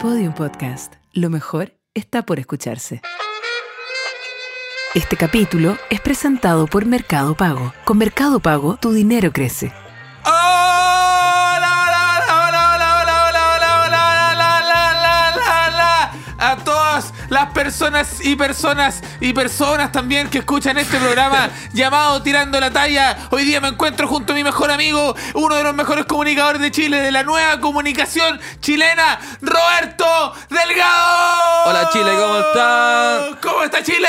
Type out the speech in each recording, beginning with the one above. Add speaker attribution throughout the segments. Speaker 1: Podium Podcast. Lo mejor está por escucharse. Este capítulo es presentado por Mercado Pago. Con Mercado Pago, tu dinero crece.
Speaker 2: Hola, hola, hola, hola, hola, hola, hola, hola, hola, hola, la, la, la, la, la. A todas las personas y personas y personas también que escuchan este programa llamado Tirando la Talla. Hoy día me encuentro junto a mi mejor amigo, uno de los mejores comunicadores de Chile, de la nueva comunicación chilena, Roberto Delgado.
Speaker 3: Hola, Chile, ¿cómo está?
Speaker 2: ¿Cómo está Chile?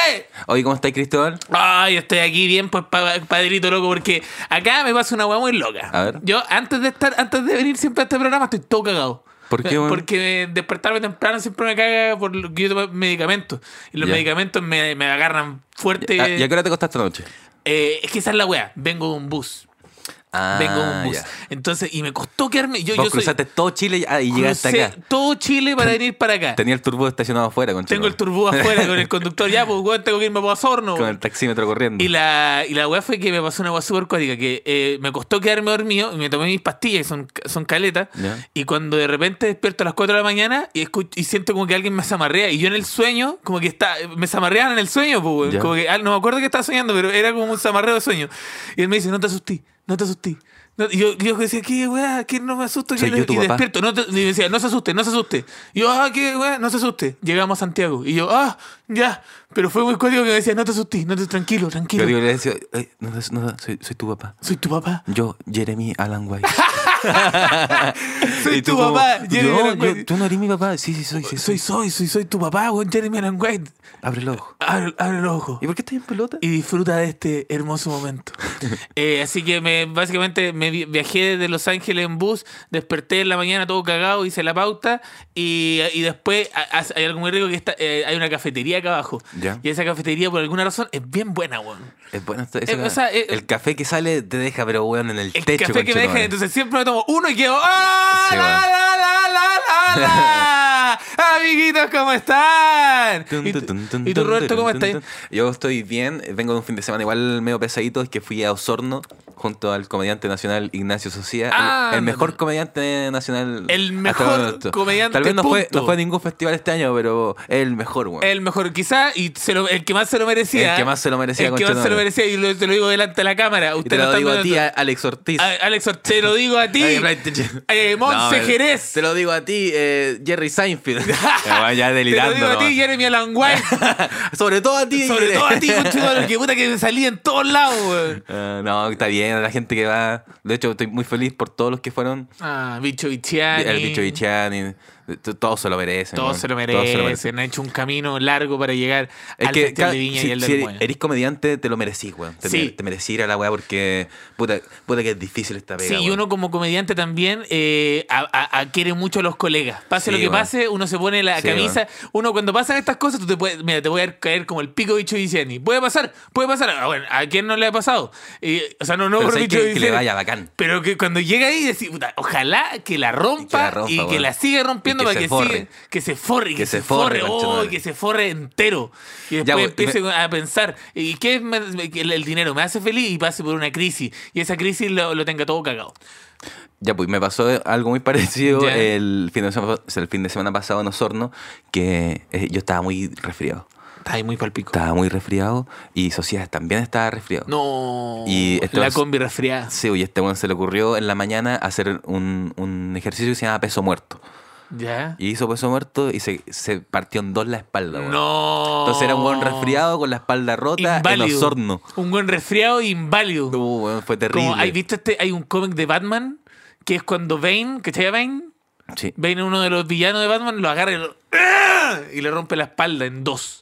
Speaker 3: Oye, ¿cómo estáis, Cristóbal?
Speaker 2: Ay, estoy aquí bien, pues, pa- padrito loco, porque acá me pasa una hueá muy loca.
Speaker 3: A ver.
Speaker 2: Yo, antes de estar, antes de venir siempre a este programa, estoy todo cagado.
Speaker 3: ¿Por qué, weón?
Speaker 2: Porque despertarme temprano siempre me caga por lo que yo tomo medicamentos. Y los
Speaker 3: Ya.
Speaker 2: medicamentos me, me agarran fuerte.
Speaker 3: Ah, ¿Y a qué hora te acostaste anoche?
Speaker 2: Eh, es que esa es la weá. Vengo de un bus.
Speaker 3: Ah,
Speaker 2: Vengo de un bus.
Speaker 3: ya.
Speaker 2: Entonces, y me costó quedarme. Yo,
Speaker 3: Vos
Speaker 2: yo soy-
Speaker 3: cruzaste todo Chile y, ah, y llegaste
Speaker 2: crucé
Speaker 3: acá.
Speaker 2: todo Chile para venir para acá.
Speaker 3: Tenía el turbo estacionado afuera, con
Speaker 2: Tengo el turbo afuera con el conductor. Ya, pues, weón, tengo que irme a Osorno.
Speaker 3: Con
Speaker 2: weón.
Speaker 3: el taxímetro corriendo.
Speaker 2: Y la, y la weá fue que me pasó una weá súper cuática, que eh, me costó quedarme dormido y me tomé mis pastillas, que son, son caletas.
Speaker 3: Ya.
Speaker 2: Y cuando de repente despierto a las 4 de la mañana y, escucho, y siento como que alguien me zamarrea. Y yo en el sueño, como que está, me zamarreaban en el sueño, pues, weón.
Speaker 3: Ya.
Speaker 2: Como que, ah, no me acuerdo que estaba soñando, pero era como un zamarreo de sueño. Y él me dice, no te asustí, no te asustí. No- y yo, yo decía, ¿qué weá? ¿Qué no me asusto?
Speaker 3: Soy
Speaker 2: Y le-
Speaker 3: yo, tu
Speaker 2: y
Speaker 3: papá.
Speaker 2: despierto. No te- y me decía, no se asuste, no se asuste. Y yo, ah, qué weá, no se asuste. Llegamos a Santiago. Y yo, ah, ya. Pero fue muy código que me decía, no te asustes, no te, tranquilo, tranquilo.
Speaker 3: Yo digo, le decía, "Ay, no, no, no, soy, soy tu papá.
Speaker 2: soy tu papá.
Speaker 3: Yo, Jeremy Alan White.
Speaker 2: Soy
Speaker 3: Y tú
Speaker 2: tu
Speaker 3: como,
Speaker 2: papá, Jeremy
Speaker 3: "No,
Speaker 2: Alan
Speaker 3: yo-
Speaker 2: White".
Speaker 3: tú no eres mi papá. Sí, sí, soy. Sí,
Speaker 2: Soy,
Speaker 3: soy.
Speaker 2: soy, soy, soy tu papá, weón, Jeremy Allen White.
Speaker 3: Abre el ojo.
Speaker 2: Abre, abre los ojos.
Speaker 3: ¿Y por qué estás en pelota?
Speaker 2: y disfruta de este hermoso momento. Eh, así que me, básicamente me vi- viajé desde Los Ángeles en bus, desperté en la mañana todo cagado, hice la pauta y, y después a- a- hay algo muy rico que está, eh, hay una cafetería acá abajo.
Speaker 3: Ya.
Speaker 2: Y esa cafetería por alguna razón es bien buena, weón.
Speaker 3: Es bueno esto- eso
Speaker 2: Eh, o
Speaker 3: que-
Speaker 2: sea, eh,
Speaker 3: el café que sale te deja, pero weón, en el,
Speaker 2: El
Speaker 3: techo.
Speaker 2: café que me dejan,
Speaker 3: conchetumare.
Speaker 2: entonces siempre me tomo uno y quedo ¡Ah!
Speaker 3: Sí,
Speaker 2: la,
Speaker 3: weón.
Speaker 2: la, la, la, la! Amiguitos, ¿cómo están?
Speaker 3: Tun,
Speaker 2: ¿Y
Speaker 3: tun, tun, tun,
Speaker 2: tú, y tú,
Speaker 3: tun,
Speaker 2: Roberto,
Speaker 3: tun,
Speaker 2: cómo
Speaker 3: tun,
Speaker 2: estás?
Speaker 3: tun. Yo estoy bien, vengo de un fin de semana igual medio pesadito, es que fui a Osorno junto al comediante nacional Ignacio Socia, el-
Speaker 2: Ah,
Speaker 3: el,
Speaker 2: no,
Speaker 3: mejor
Speaker 2: no.
Speaker 3: comediante nacional.
Speaker 2: El
Speaker 3: hasta el
Speaker 2: mejor
Speaker 3: momento.
Speaker 2: comediante,
Speaker 3: Tal vez no fue,
Speaker 2: punto.
Speaker 3: no fue a ningún festival este año, pero el mejor, weón.
Speaker 2: El mejor, quizá, y se lo- el que más se lo merecía.
Speaker 3: El que más se lo merecía,
Speaker 2: El que más se
Speaker 3: conchetumare.
Speaker 2: lo merecía, y lo- te lo digo delante de la cámara.
Speaker 3: y
Speaker 2: Usted
Speaker 3: te
Speaker 2: no
Speaker 3: lo
Speaker 2: está
Speaker 3: digo a
Speaker 2: viendo
Speaker 3: ti,
Speaker 2: esto.
Speaker 3: a- Alex Ortiz.
Speaker 2: A- Alex, Or- te lo digo a ti.
Speaker 3: Ay, Brian Teche.
Speaker 2: eh, Monse
Speaker 3: No, pero
Speaker 2: Jerez.
Speaker 3: Te lo digo a ti, eh, Jerry Seinfeld. Ya, ya
Speaker 2: Te lo
Speaker 3: delirando.
Speaker 2: digo a ti,
Speaker 3: nomás.
Speaker 2: Jeremy Alan White.
Speaker 3: Sobre todo a ti,
Speaker 2: Sobre
Speaker 3: Jerez.
Speaker 2: todo a ti, conchetumare, que puta que me salí en todos lados, weón.
Speaker 3: Eh, no, está bien, la gente que va. De hecho, estoy muy feliz por todos los que fueron.
Speaker 2: Ah, bicho bichiani.
Speaker 3: El bicho Vichani. t- Todos se lo merecen.
Speaker 2: Todos
Speaker 3: Este weón.
Speaker 2: se lo
Speaker 3: Todos
Speaker 2: merecen.
Speaker 3: merecen.
Speaker 2: Han hecho un camino largo para llegar
Speaker 3: Es
Speaker 2: al
Speaker 3: que
Speaker 2: Festival
Speaker 3: ca-
Speaker 2: de Viña
Speaker 3: si,
Speaker 2: y al
Speaker 3: si
Speaker 2: del
Speaker 3: eres-
Speaker 2: Hueá.
Speaker 3: eres comediante, te lo merecís, weón. Te,
Speaker 2: Sí.
Speaker 3: mere- te merecís ir a la weá porque. Puta, puta que es difícil esta pega.
Speaker 2: Sí, y
Speaker 3: weón.
Speaker 2: uno como comediante también eh, a- a- adquiere mucho a los colegas. Pase
Speaker 3: Sí,
Speaker 2: lo que
Speaker 3: weón.
Speaker 2: pase, uno se pone la
Speaker 3: Sí,
Speaker 2: camisa. Uno cuando pasan estas cosas, tú te puedes, mira, te voy a caer como el pico bicho Viceni. Puede pasar, puede pasar. Ah, Bueno, ¿a quién no le ha pasado? Y, o sea, no, no
Speaker 3: Pero
Speaker 2: por
Speaker 3: sabes
Speaker 2: bicho
Speaker 3: que, que le
Speaker 2: Viceni.
Speaker 3: vaya bacán.
Speaker 2: Pero que cuando llega ahí, decís, puta, ojalá que la rompa y que la,
Speaker 3: rompa, weón.
Speaker 2: siga rompiendo
Speaker 3: Y que
Speaker 2: para
Speaker 3: se
Speaker 2: que,
Speaker 3: forre.
Speaker 2: siga- que se forre, que, se forre, oh,
Speaker 3: conchetumare.
Speaker 2: que se forre entero. Y después
Speaker 3: pues,
Speaker 2: empiece a pensar, ¿y qué es me- me- el el dinero? ¿Me hace feliz? Y pase por una crisis. Y esa crisis lo, lo tenga todo cagado.
Speaker 3: Ya, pues me pasó algo muy parecido
Speaker 2: Ya.
Speaker 3: el, fin de semana, el fin de semana pasado en Osorno, que eh, yo estaba muy resfriado.
Speaker 2: Está ahí muy palpico.
Speaker 3: Estaba muy resfriado y Sociedad también estaba resfriado.
Speaker 2: No.
Speaker 3: Y esto
Speaker 2: la
Speaker 3: es-
Speaker 2: combi resfriada.
Speaker 3: Sí, y este weón se le ocurrió en la mañana hacer un, un ejercicio que se llama peso muerto.
Speaker 2: ¿Ya?
Speaker 3: Y hizo peso muerto y se, se partió en dos la espalda, weón.
Speaker 2: No.
Speaker 3: Entonces era un weón resfriado con la espalda rota en
Speaker 2: Inválido.
Speaker 3: Osorno.
Speaker 2: Un buen resfriado inválido.
Speaker 3: Uh, weón, fue terrible.
Speaker 2: Como, ¿Hay visto este? Hay un cómic de Batman que es cuando Bane, ¿cachai a Bane?
Speaker 3: Sí.
Speaker 2: Bane, uno de los villanos de Batman, lo agarra y, lo- ¡Ah! y le rompe la espalda en dos.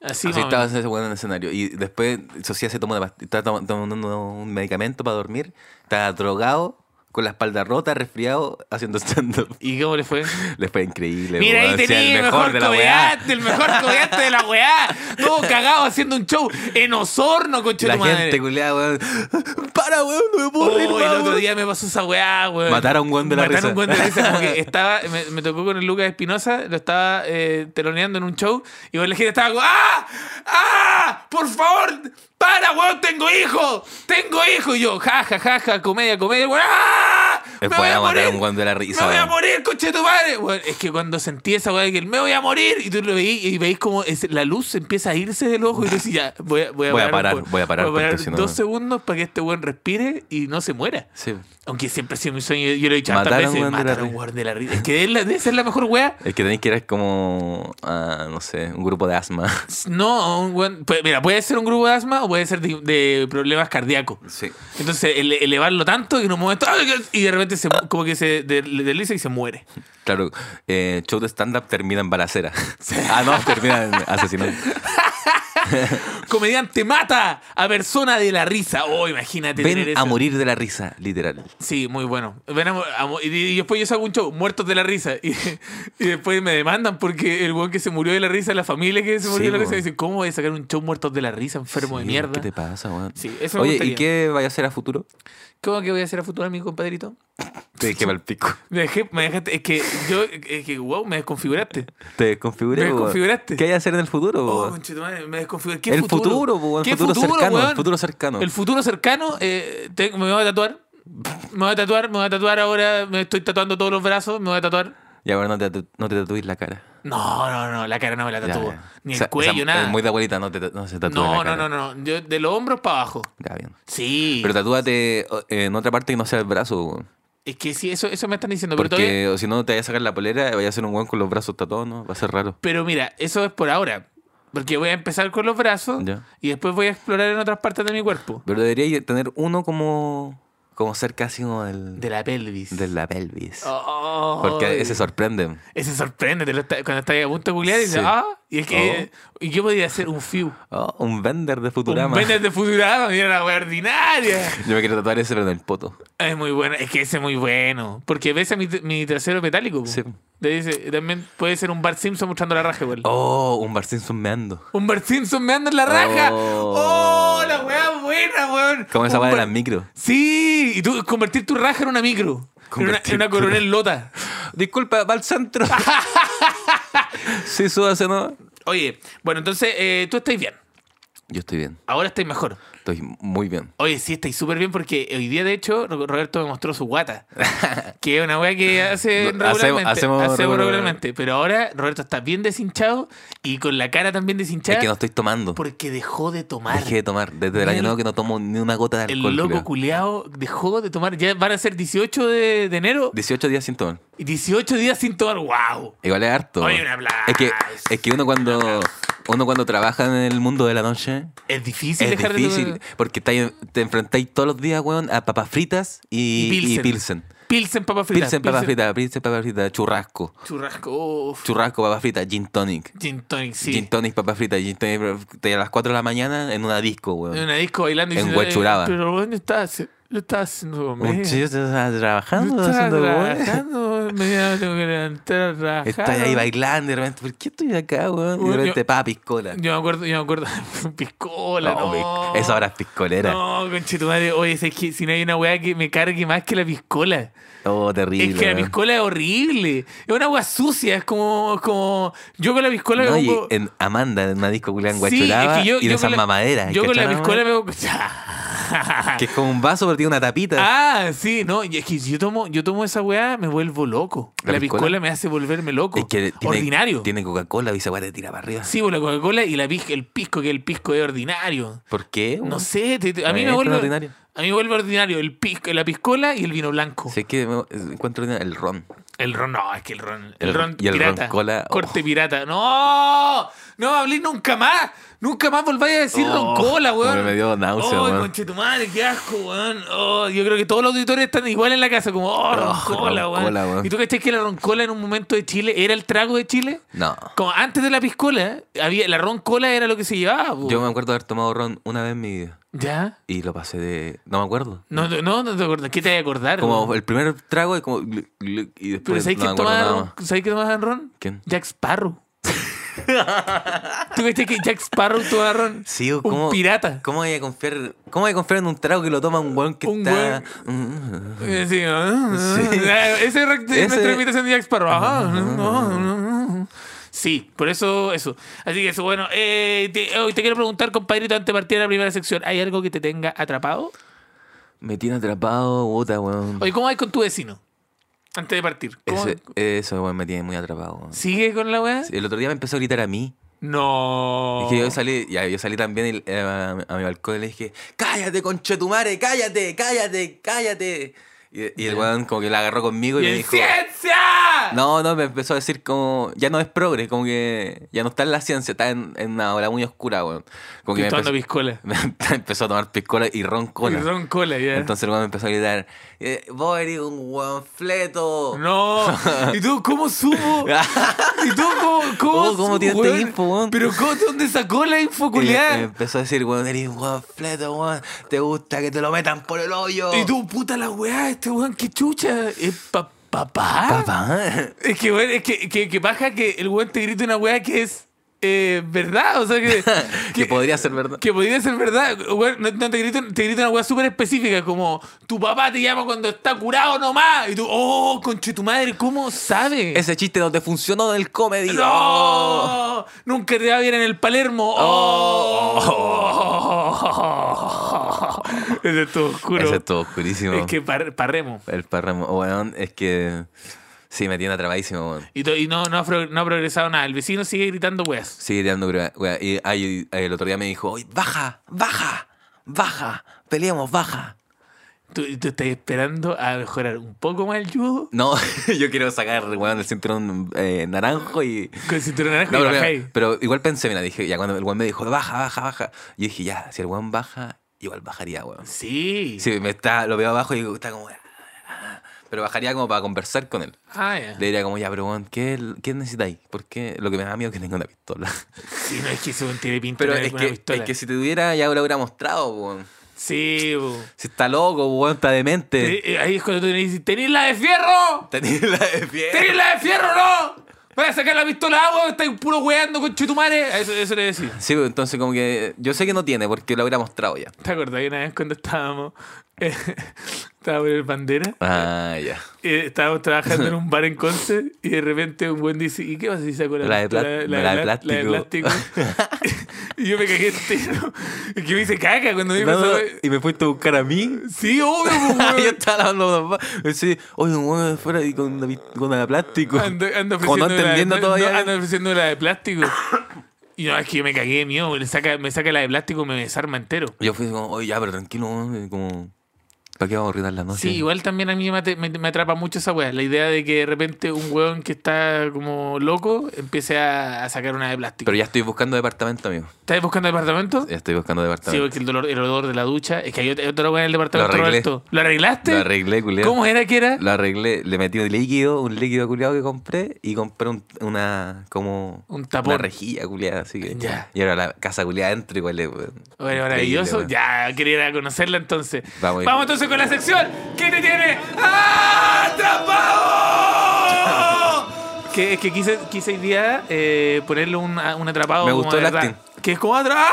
Speaker 2: Así,
Speaker 3: Así
Speaker 2: más o
Speaker 3: estaba
Speaker 2: menos.
Speaker 3: ese weón en el escenario. Y después Socia se tomó una past- estaba tom- tomando un medicamento para dormir. Estaba drogado, con la espalda rota, resfriado, haciendo stand-up.
Speaker 2: ¿Y cómo le fue?
Speaker 3: Le fue increíble.
Speaker 2: Mira, ahí
Speaker 3: weón. O sea,
Speaker 2: tenía el mejor
Speaker 3: weá.
Speaker 2: comediante, el mejor comediante de la weá. Todo cagado haciendo un show en Osorno, conche
Speaker 3: La
Speaker 2: tu madre.
Speaker 3: gente culiada, weón. Para, weón, no me puedo
Speaker 2: Oh,
Speaker 3: reír más,
Speaker 2: el otro
Speaker 3: weón.
Speaker 2: día me pasó esa weá, weón.
Speaker 3: Matar a un weón de la
Speaker 2: Matar a
Speaker 3: risa.
Speaker 2: un weón de la risa. Como que estaba, me, me tocó con el Lucas Espinosa, lo estaba eh, teloneando en un show y bueno, la gente estaba como, ¡ah! ¡ah! ¡por favor! ¡Para, weón! ¡Tengo hijo! ¡Tengo hijo! Y yo, jaja, jaja, comedia, comedia, weón. ¡Ah!
Speaker 3: Es
Speaker 2: ¡Me voy
Speaker 3: buena
Speaker 2: a
Speaker 3: matar a
Speaker 2: morir!
Speaker 3: un weón de la risa.
Speaker 2: ¡Me voy a
Speaker 3: weón.
Speaker 2: morir, coche tu madre! Weón, es que cuando sentí esa weá de que el me voy a morir, y tú lo veís y veis como es- la luz empieza a irse del ojo y tú decís, ya, voy a, voy a
Speaker 3: Voy a
Speaker 2: parar,
Speaker 3: parar,
Speaker 2: un po-
Speaker 3: voy a parar, porque si no-
Speaker 2: dos segundos para que este weón respire y no se muera.
Speaker 3: Sí.
Speaker 2: Aunque siempre ha sido mi sueño, yo lo he dicho
Speaker 3: Matar a
Speaker 2: tantas
Speaker 3: un
Speaker 2: veces,
Speaker 3: weón de la
Speaker 2: matar a un
Speaker 3: risa.
Speaker 2: weón de la risa. Es que es la- debe ser la mejor weá.
Speaker 3: Es que tenéis que ir es como, ah, no sé, un grupo de asma.
Speaker 2: No, un weón- pues, mira, puede ser un grupo de asma o puede ser de, de problemas cardíacos.
Speaker 3: Sí.
Speaker 2: Entonces, ele- elevarlo tanto que en un momento, ¡ay! y de repente se, mu- como que se de- le desliza y se muere.
Speaker 3: Claro, eh, show de stand-up termina en balacera. Ah, no, termina en asesinato.
Speaker 2: Comediante mata a persona de la risa. Oh, imagínate. tener
Speaker 3: Ven
Speaker 2: eso.
Speaker 3: a morir de la risa, literal.
Speaker 2: Sí, muy bueno. Ven a mo- a mo- y, y después yo saco un show, muertos de la risa. Y, y después me demandan porque el weón que se murió de la risa, la familia que se murió
Speaker 3: Sí,
Speaker 2: de la
Speaker 3: po.
Speaker 2: risa, dice, ¿cómo voy a sacar un show muertos de la risa, enfermo de
Speaker 3: Sí,
Speaker 2: mierda?
Speaker 3: ¿Qué te pasa, weón?
Speaker 2: Sí, eso me
Speaker 3: Oye,
Speaker 2: gustaría.
Speaker 3: ¿y qué vaya a hacer a futuro?
Speaker 2: ¿Cómo que voy a hacer a futuro, mi compadrito?
Speaker 3: Te dejé el pico.
Speaker 2: Me dejé, me dejaste, es que yo, es que wow, me desconfiguraste.
Speaker 3: Te desconfiguré.
Speaker 2: Me
Speaker 3: weón.
Speaker 2: desconfiguraste.
Speaker 3: ¿Qué hay a hacer en el futuro?
Speaker 2: Oh,
Speaker 3: weón?
Speaker 2: conchetumare, me desconfiguré. ¿Qué
Speaker 3: el futuro, weón,
Speaker 2: ¿Qué
Speaker 3: futuro cercano,
Speaker 2: weón?
Speaker 3: el futuro cercano.
Speaker 2: El futuro cercano, eh, te- me voy a tatuar. Me voy a tatuar, me voy a tatuar ahora, me estoy tatuando todos los brazos, me voy a tatuar.
Speaker 3: Ya, bueno, no te, no te tatúes la cara.
Speaker 2: No, no, no, la cara no me la
Speaker 3: Ya,
Speaker 2: tatúo.
Speaker 3: ya.
Speaker 2: Ni el
Speaker 3: Esa- esa
Speaker 2: cuello, nada.
Speaker 3: Es muy de abuelita, no, te, no se tatúa la
Speaker 2: no,
Speaker 3: cara.
Speaker 2: no, no, no. Yo de los hombros para abajo.
Speaker 3: Ya, bien.
Speaker 2: Sí.
Speaker 3: Pero tatúate o- en otra parte que no sea el brazo, weón.
Speaker 2: es que sí, eso, eso me están diciendo. Pero, todavía-
Speaker 3: Porque o si no te vayas a sacar la polera y vayas a ser un weón con los brazos tatuados, ¿no? Va a ser raro.
Speaker 2: pero mira, eso es por ahora. Porque voy a empezar con los brazos
Speaker 3: Ya.
Speaker 2: y después voy a explorar en otras partes de mi cuerpo.
Speaker 3: Pero debería tener uno como, como cerca así como del,
Speaker 2: De la pelvis.
Speaker 3: de la pelvis.
Speaker 2: Oh.
Speaker 3: Porque ese sorprende.
Speaker 2: Ese sorprende te lo está- cuando estás a punto de googlear y dices,
Speaker 3: Sí.
Speaker 2: ah, y es que y yo podría hacer un fiu.
Speaker 3: Oh, un vender de
Speaker 2: Un
Speaker 3: Futurama.
Speaker 2: vender de Futurama, mira la wea ordinaria.
Speaker 3: Yo me quiero tatuar ese, pero en el poto.
Speaker 2: Es muy bueno, es que ese es muy bueno. Porque ves a mi, mi trasero metálico. po.
Speaker 3: Sí.
Speaker 2: Te dice, también puede ser un Bart Simpson mostrando la raja, güey.
Speaker 3: Oh, un Bar Simpson meando.
Speaker 2: Un Bart Simpson me anda en la raja. Oh,
Speaker 3: Oh.
Speaker 2: la weá buena, weón.
Speaker 3: Como esa
Speaker 2: Un
Speaker 3: va de
Speaker 2: Bart-
Speaker 3: las micro.
Speaker 2: Sí, y tú convertir tu raja en una micro. En una,
Speaker 3: Convertir
Speaker 2: en una
Speaker 3: tu
Speaker 2: coronel lota.
Speaker 3: Disculpa, va al centro. sí, súbase, ¿no?
Speaker 2: Oye, bueno, entonces eh, tú estáis bien.
Speaker 3: Yo estoy bien.
Speaker 2: Ahora estáis mejor.
Speaker 3: Estoy muy bien.
Speaker 2: Oye, sí, estáis súper bien porque hoy día, de hecho, Ro- Roberto me mostró su guata. que es una wea que hace
Speaker 3: Hacemos-
Speaker 2: regularmente.
Speaker 3: hacemos
Speaker 2: hacemos
Speaker 3: regular-
Speaker 2: regularmente. Pero ahora Roberto está bien deshinchado y con la cara también deshinchada
Speaker 3: Es que no estoy tomando.
Speaker 2: porque dejó de tomar.
Speaker 3: Dejé de tomar. Desde el
Speaker 2: El-
Speaker 3: año nuevo que no tomo ni una gota de
Speaker 2: El
Speaker 3: alcohol.
Speaker 2: loco
Speaker 3: creo.
Speaker 2: culeado dejó de tomar. Ya van a ser 18 de, de enero
Speaker 3: 18 días sin tomar.
Speaker 2: y 18 días sin tomar. ¡Wow!
Speaker 3: Igual es harto.
Speaker 2: Oye, un aplauso.
Speaker 3: Es que, es que uno cuando uno cuando trabaja en el mundo de la noche
Speaker 2: Es difícil
Speaker 3: es
Speaker 2: dejar
Speaker 3: difícil.
Speaker 2: de tomar.
Speaker 3: Porque está ahí- te enfrentáis todos los días, weón, a papas fritas y,
Speaker 2: Y
Speaker 3: y
Speaker 2: pilsen.
Speaker 3: pilsen.
Speaker 2: Pilsen, papa frita.
Speaker 3: Pilsen, papas fritas, pilsen, papas fritas, churrasco.
Speaker 2: Churrasco. uf.
Speaker 3: Churrasco, papas fritas, gin tonic.
Speaker 2: Gin tonic, sí.
Speaker 3: Gin tonic, papas fritas, gin tonic. pero te- A las 4 de la mañana en una disco,
Speaker 2: En
Speaker 3: weón.
Speaker 2: una disco bailando y
Speaker 3: En
Speaker 2: diciendo, "Eh,
Speaker 3: Huachuraba.
Speaker 2: Pero bueno, estaba, hace- lo estaba haciendo comedia.
Speaker 3: Un chico está
Speaker 2: Yo
Speaker 3: trabajando,
Speaker 2: estaba
Speaker 3: haciendo weón.
Speaker 2: trabajando, mañana tengo que levantar a trabajar.
Speaker 3: Estás ahí bailando y de repente, ¿por qué estoy acá, weón? Y
Speaker 2: Weón,
Speaker 3: de
Speaker 2: yo-
Speaker 3: repente, pa, piscola.
Speaker 2: Yo me acuerdo, yo me acuerdo. Piscola,
Speaker 3: No,
Speaker 2: no.
Speaker 3: pic- Esa hora es piscolera.
Speaker 2: No, conchetumadre. Oye, es que si no hay una weá que me cargue más que la piscola.
Speaker 3: Oh, terrible.
Speaker 2: Es que la
Speaker 3: weón.
Speaker 2: piscola es horrible. Es una weá sucia. Es como. como yo con la piscola
Speaker 3: No,
Speaker 2: me
Speaker 3: y
Speaker 2: pongo.
Speaker 3: en Amanda, en una disco culián
Speaker 2: Sí,
Speaker 3: guachuraba
Speaker 2: es que yo-
Speaker 3: y
Speaker 2: yo
Speaker 3: de
Speaker 2: con
Speaker 3: esas
Speaker 2: la-
Speaker 3: mamaderas.
Speaker 2: Yo con la
Speaker 3: ¿cachai?
Speaker 2: piscola me pongo.
Speaker 3: Que es como un vaso, pero tiene una tapita.
Speaker 2: Ah, sí, no, y es que si yo tomo, yo tomo esa weá, me vuelvo loco. La,
Speaker 3: ¿La
Speaker 2: piscola?
Speaker 3: piscola?
Speaker 2: me hace volverme loco.
Speaker 3: es que tiene,
Speaker 2: ordinario.
Speaker 3: Tiene Coca-Cola y esa weá te tira para arriba.
Speaker 2: Sí, por la Coca-Cola y la pis- el pisco, que el pisco es ordinario.
Speaker 3: ¿Por qué?
Speaker 2: No
Speaker 3: weón?
Speaker 2: sé, te- te- a mí
Speaker 3: Eh,
Speaker 2: me
Speaker 3: es
Speaker 2: vuelve
Speaker 3: ordinario.
Speaker 2: A mí me vuelve ordinario el pisco, la piscola y el vino blanco.
Speaker 3: Si es que me- encuentro el ron.
Speaker 2: El ron, no, es que el ron, el,
Speaker 3: El-
Speaker 2: ron
Speaker 3: y el
Speaker 2: pirata.
Speaker 3: ron cola, oh.
Speaker 2: Corte pirata. No, no hablé nunca más. Nunca más volváis a decir
Speaker 3: Oh,
Speaker 2: ron cola,
Speaker 3: como
Speaker 2: weón. Oh,
Speaker 3: me dio náusea,
Speaker 2: Ay,
Speaker 3: weón.
Speaker 2: conchetumare, qué asco, weón. Oh, yo creo que todos los auditores están igual en la casa, como, oh, ron
Speaker 3: Oh,
Speaker 2: cola,
Speaker 3: ron
Speaker 2: weón.
Speaker 3: cola, weón.
Speaker 2: ¿Y tú cachás que la ron cola en un momento de Chile era el trago de Chile?
Speaker 3: No.
Speaker 2: Como antes de la piscola, había, la ron cola era lo que se llevaba, po.
Speaker 3: Yo me acuerdo de haber tomado ron una vez en mi vida
Speaker 2: ¿Ya?
Speaker 3: y lo pasé de. No me acuerdo.
Speaker 2: No, no, no, no te acuerdas. ¿Qué te hay que acordar?
Speaker 3: Como
Speaker 2: weón?
Speaker 3: el primer trago y como. glu- glu- Y
Speaker 2: Pero
Speaker 3: después
Speaker 2: ¿sabes
Speaker 3: Pues no me
Speaker 2: quién
Speaker 3: acuerdo
Speaker 2: tomaba
Speaker 3: nada
Speaker 2: ron?
Speaker 3: más.
Speaker 2: ¿Sabes quién tomaba ron?
Speaker 3: ¿Quién?
Speaker 2: Jack Sparrow. ¿Tú viste que Jack Sparrow tomaba ron?
Speaker 3: Sí,
Speaker 2: Un
Speaker 3: o ¿cómo,
Speaker 2: pirata.
Speaker 3: ¿Cómo voy a confiar? ¿Cómo voy a confiar en un trago que lo toma un weón que
Speaker 2: Un
Speaker 3: está.
Speaker 2: Eh, Sí. ah, ah, ah. Ese es
Speaker 3: Ese-
Speaker 2: nuestra invitación de Jack Sparrow. Ajá, no, no, no. Sí, por eso, eso. Así que eso, bueno. eh, te, oh, te quiero preguntar, compadrito, antes de partir a la primera sección, ¿hay algo que te tenga atrapado?
Speaker 3: Me tiene atrapado, puta, weón.
Speaker 2: Oye, ¿cómo hay con tu vecino? Antes de partir. ¿cómo-
Speaker 3: Ese- eso, weón, me tiene muy atrapado, weón.
Speaker 2: ¿Sigue con la weá?
Speaker 3: El otro día me empezó a gritar a mí.
Speaker 2: No.
Speaker 3: Es
Speaker 2: Oh.
Speaker 3: que yo salí, ya, yo salí también y, eh, a, a mi balcón y le dije, cállate, conchetumare, cállate, cállate, cállate. Y, y el weón como que la agarró conmigo y,
Speaker 2: ¡Y
Speaker 3: me
Speaker 2: en
Speaker 3: dijo...
Speaker 2: ciencia!
Speaker 3: No, no, me empezó a decir como, ya no es progre, como que ya no está en la ciencia, está en, en una hora muy oscura, weón. Como que me
Speaker 2: Estoy tomando
Speaker 3: empezó,
Speaker 2: piscola.
Speaker 3: me empezó a tomar piscola y roncola.
Speaker 2: Y Ron cola, ya.
Speaker 3: Entonces el weón me empezó a gritar, eh, vos eres un weón fleto.
Speaker 2: No. ¿Y tú cómo subo? ¿Y tú cómo, cómo,
Speaker 3: Oh, ¿cómo tiene esta
Speaker 2: weón?
Speaker 3: info, weón? Eh,
Speaker 2: Pero cómo, ¿dónde sacó la info,
Speaker 3: Y me- me
Speaker 2: culiá?
Speaker 3: empezó a decir, weón, eres un weón fleto, weón. Te gusta que te lo metan por el hoyo.
Speaker 2: Y tú, puta la weá, este weón, qué chucha. ¿Es pa- papá?
Speaker 3: Papá.
Speaker 2: Es que, weón, es que, que, que baja que el weón te grite una weá que es eh, verdad. O sea, que,
Speaker 3: Que podría ser verdad.
Speaker 2: Que podría ser verdad. Weón, no, no te gritan te gritan una weá súper específica, como tu papá te llama cuando está curado nomás. Y tú, oh, conche tu madre, ¿cómo sabe?
Speaker 3: Ese chiste no te funcionó en el comedy. Oh.
Speaker 2: ¡No! Nunca te va bien en el Palermo. ¡Oh! Ese es todo oscuro.
Speaker 3: Ese es todo oscurísimo.
Speaker 2: Es que par- parremos.
Speaker 3: El parramo. Oh, weón, es que. Sí, me tiene atrapadísimo, weón.
Speaker 2: Y, to- y no, no, ha pro- no ha progresado nada. El vecino sigue gritando weas.
Speaker 3: Sigue tirando, cruda, weón. Y ahí, eh, el otro día me dijo, "Oye, baja, baja, baja, peleamos, baja.
Speaker 2: ¿Tú, tú estás esperando a mejorar un poco más el judo?
Speaker 3: No, yo quiero sacar, weón, el cinturón eh, naranjo y.
Speaker 2: Con el cinturón naranjo
Speaker 3: No,
Speaker 2: y
Speaker 3: pero, mira,
Speaker 2: bajáis.
Speaker 3: pero igual pensé, mira, dije, ya cuando el weón me dijo, baja, baja, baja. Yo dije, ya, si el weón baja, igual bajaría, weón.
Speaker 2: Sí.
Speaker 3: Si me está, lo veo abajo y digo, está como. "Ah, ah", Pero bajaría como para conversar con él.
Speaker 2: Ah, ya.
Speaker 3: Le diría como, ya, pero weón, ¿qué, qué necesitáis? Porque lo que me da miedo es que tenga una pistola.
Speaker 2: Sí, no es que ese weón tiene pinta
Speaker 3: Pero
Speaker 2: de
Speaker 3: es
Speaker 2: una
Speaker 3: que,
Speaker 2: pistola.
Speaker 3: es que si te tuviera, ya lo hubiera mostrado, weón.
Speaker 2: Sí, bo.
Speaker 3: Si está loco, weón, está
Speaker 2: Eh,
Speaker 3: demente.
Speaker 2: eh, Ahí es cuando tú le dices, ¿tenéis la de fierro?
Speaker 3: Tenía la de pie.
Speaker 2: ¡Tenés la de fierro, no! ¡Voy a sacar la pistola de agua! ¡Estáis puro weando con chetumare! Eso, eso le decía.
Speaker 3: Sí, pues, entonces como que yo sé que no tiene porque lo hubiera mostrado ya.
Speaker 2: ¿Te acordás que una vez cuando estábamos... eh, estábamos en el bandera?
Speaker 3: Ah, ya.
Speaker 2: eh, estábamos trabajando en un bar en Conce y de repente un buen dice, ¿y qué pasa si saco la,
Speaker 3: La de
Speaker 2: pistola-
Speaker 3: plat-
Speaker 2: la, de plat- la de plástico?
Speaker 3: plástico".
Speaker 2: y yo me cagué entero. Y que me hice caca cuando digo
Speaker 3: No, no,
Speaker 2: eso.
Speaker 3: y me fuiste a buscar a mí.
Speaker 2: Sí, obvio, pues, weón.
Speaker 3: Ah, yo estaba lavando unos vasos. Sí, oye, un huevo de fuera y con una, pist- con una plástico.
Speaker 2: Ando, ando
Speaker 3: Como no
Speaker 2: ofreciendo la-
Speaker 3: entendiendo
Speaker 2: no-
Speaker 3: todavía.
Speaker 2: no, ando ofreciendo la de plástico. Y no, es que yo me cagué de miedo. Le saca, me saca la de plástico y me desarma entero.
Speaker 3: Yo fui como, oye, ya, pero tranquilo, weón, como, ¿para qué vamos a arruinar la noche?
Speaker 2: Sí, igual también a mí me, ate- me- me atrapa mucho esa weá. La idea de que de repente un weón que está como loco empiece a, a sacar una de plástico.
Speaker 3: Pero ya estoy buscando departamento, amigo.
Speaker 2: ¿Estás buscando departamento?
Speaker 3: Ya estoy buscando
Speaker 2: Sí,
Speaker 3: departamento.
Speaker 2: porque el, dolor, el olor de la ducha. Es que hay otra hay otra weá en el departamento,
Speaker 3: Lo arreglé.
Speaker 2: Roberto. ¿Lo arreglaste?
Speaker 3: Lo arreglé, culiao.
Speaker 2: ¿Cómo era que era?
Speaker 3: Lo arreglé, le metí un líquido, un líquido culiado que compré y compré un- una como
Speaker 2: Un tapón.
Speaker 3: una rejilla culiada, así que
Speaker 2: Ya.
Speaker 3: y ahora la casa culiada adentro igual es weón.
Speaker 2: Bueno, maravilloso.
Speaker 3: Increíble,
Speaker 2: Ya, quería ir a conocerla entonces.
Speaker 3: Vamos.
Speaker 2: entonces con la sección. ¿Qué te tiene atrapado? que es que quise, quise hoy día eh, ponerle un, a- un atrapado.
Speaker 3: Me
Speaker 2: como
Speaker 3: gustó
Speaker 2: de
Speaker 3: el
Speaker 2: verdad.
Speaker 3: acting.
Speaker 2: Que es como ¡ah! atrapado.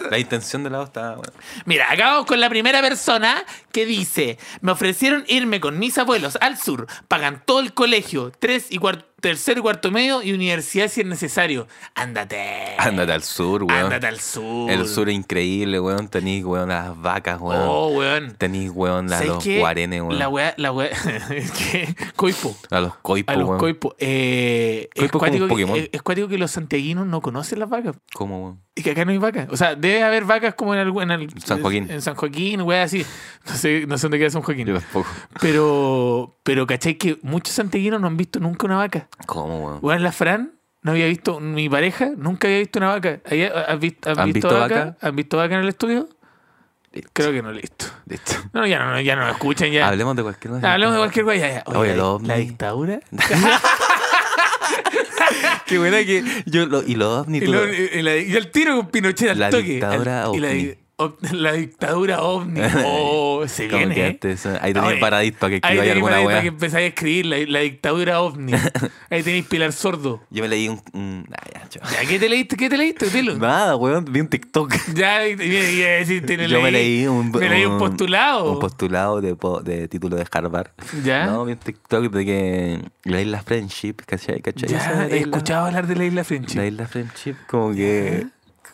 Speaker 3: weón. La intención del lado está bueno.
Speaker 2: Mira, acabamos con la primera persona que dice: Me ofrecieron irme con mis abuelos al sur. Pagan todo el colegio, tres y cuar- tercer y cuarto medio y universidad si es necesario. Ándate.
Speaker 3: Ándate al sur, weón.
Speaker 2: Ándate al sur.
Speaker 3: El sur es increíble, weón. Tenís, weón, las vacas, weón.
Speaker 2: Oh, weón.
Speaker 3: Tenís, weón, a
Speaker 2: ¿Sabes
Speaker 3: los
Speaker 2: qué?
Speaker 3: guarenes, weón.
Speaker 2: La weá, la weá. es que- Coipo.
Speaker 3: A los coipos,
Speaker 2: A los
Speaker 3: weón.
Speaker 2: coipos. Eh, es,
Speaker 3: Coipo es como un
Speaker 2: cuático
Speaker 3: Pokémon.
Speaker 2: que, es- es cuático que los santiaguinos no conocen las vacas.
Speaker 3: ¿Cómo, weón?
Speaker 2: Y que acá no hay vacas. O sea, debe haber vacas como en, algún- en el-
Speaker 3: San Joaquín.
Speaker 2: En San Joaquín, weá, así. No sé, no sé dónde queda San Joaquín.
Speaker 3: Yo tampoco.
Speaker 2: Pero, pero ¿cachai? Que muchos santiaguinos no han visto nunca una vaca.
Speaker 3: ¿Cómo, weón?
Speaker 2: Weón, la Fran no había visto, mi pareja nunca había visto una vaca. Ahí, ah, ¿Has, vist- has
Speaker 3: ¿Han
Speaker 2: visto,
Speaker 3: visto
Speaker 2: vaca?
Speaker 3: vaca?
Speaker 2: ¿Han visto vaca en el estudio?
Speaker 3: Listo.
Speaker 2: Creo que no, listo.
Speaker 3: Listo.
Speaker 2: No, ya no, ya no lo escuchan, ya.
Speaker 3: Hablemos de cualquier cosa.
Speaker 2: Hablamos de cualquier cosa. ya, ya. Oye,
Speaker 3: Oye,
Speaker 2: la-
Speaker 3: los
Speaker 2: la
Speaker 3: ovnis.
Speaker 2: dictadura.
Speaker 3: Qué buena que yo lo, y los ovnis,
Speaker 2: Y,
Speaker 3: tú
Speaker 2: lo-
Speaker 3: lo-
Speaker 2: y la- y el tiro con Pinochet al
Speaker 3: La
Speaker 2: toque.
Speaker 3: dictadura
Speaker 2: Al- y la,
Speaker 3: ovni.
Speaker 2: di- op- la dictadura ovni. Oh, oh, se
Speaker 3: Como
Speaker 2: viene.
Speaker 3: que
Speaker 2: ¿eh?
Speaker 3: antes, eh, ahí tenía
Speaker 2: Oye,
Speaker 3: paradito para que
Speaker 2: Ahí
Speaker 3: escribáis
Speaker 2: tenéis
Speaker 3: alguna
Speaker 2: paradito para que
Speaker 3: weá.
Speaker 2: empezáis a escribir la, la dictadura ovni. Ahí tenéis Pilar Sordo.
Speaker 3: Yo me leí un. un- ah, ya, chao.
Speaker 2: ¿Ya qué te leíste? ¿Qué te leíste? Dilo.
Speaker 3: Nada, weón, vi un TikTok.
Speaker 2: Ya, y- y- y- y- decir, te
Speaker 3: Yo me leí un,
Speaker 2: me leí un postulado.
Speaker 3: Un postulado de, po- de título de Harvard.
Speaker 2: ¿Ya?
Speaker 3: No, vi un TikTok de que la isla Friendship, ¿cachai? ¿Cachai?
Speaker 2: Ya,
Speaker 3: Esa de la
Speaker 2: he
Speaker 3: isla-
Speaker 2: escuchado hablar de la isla
Speaker 3: La
Speaker 2: Friendship.
Speaker 3: isla Friendship, como que.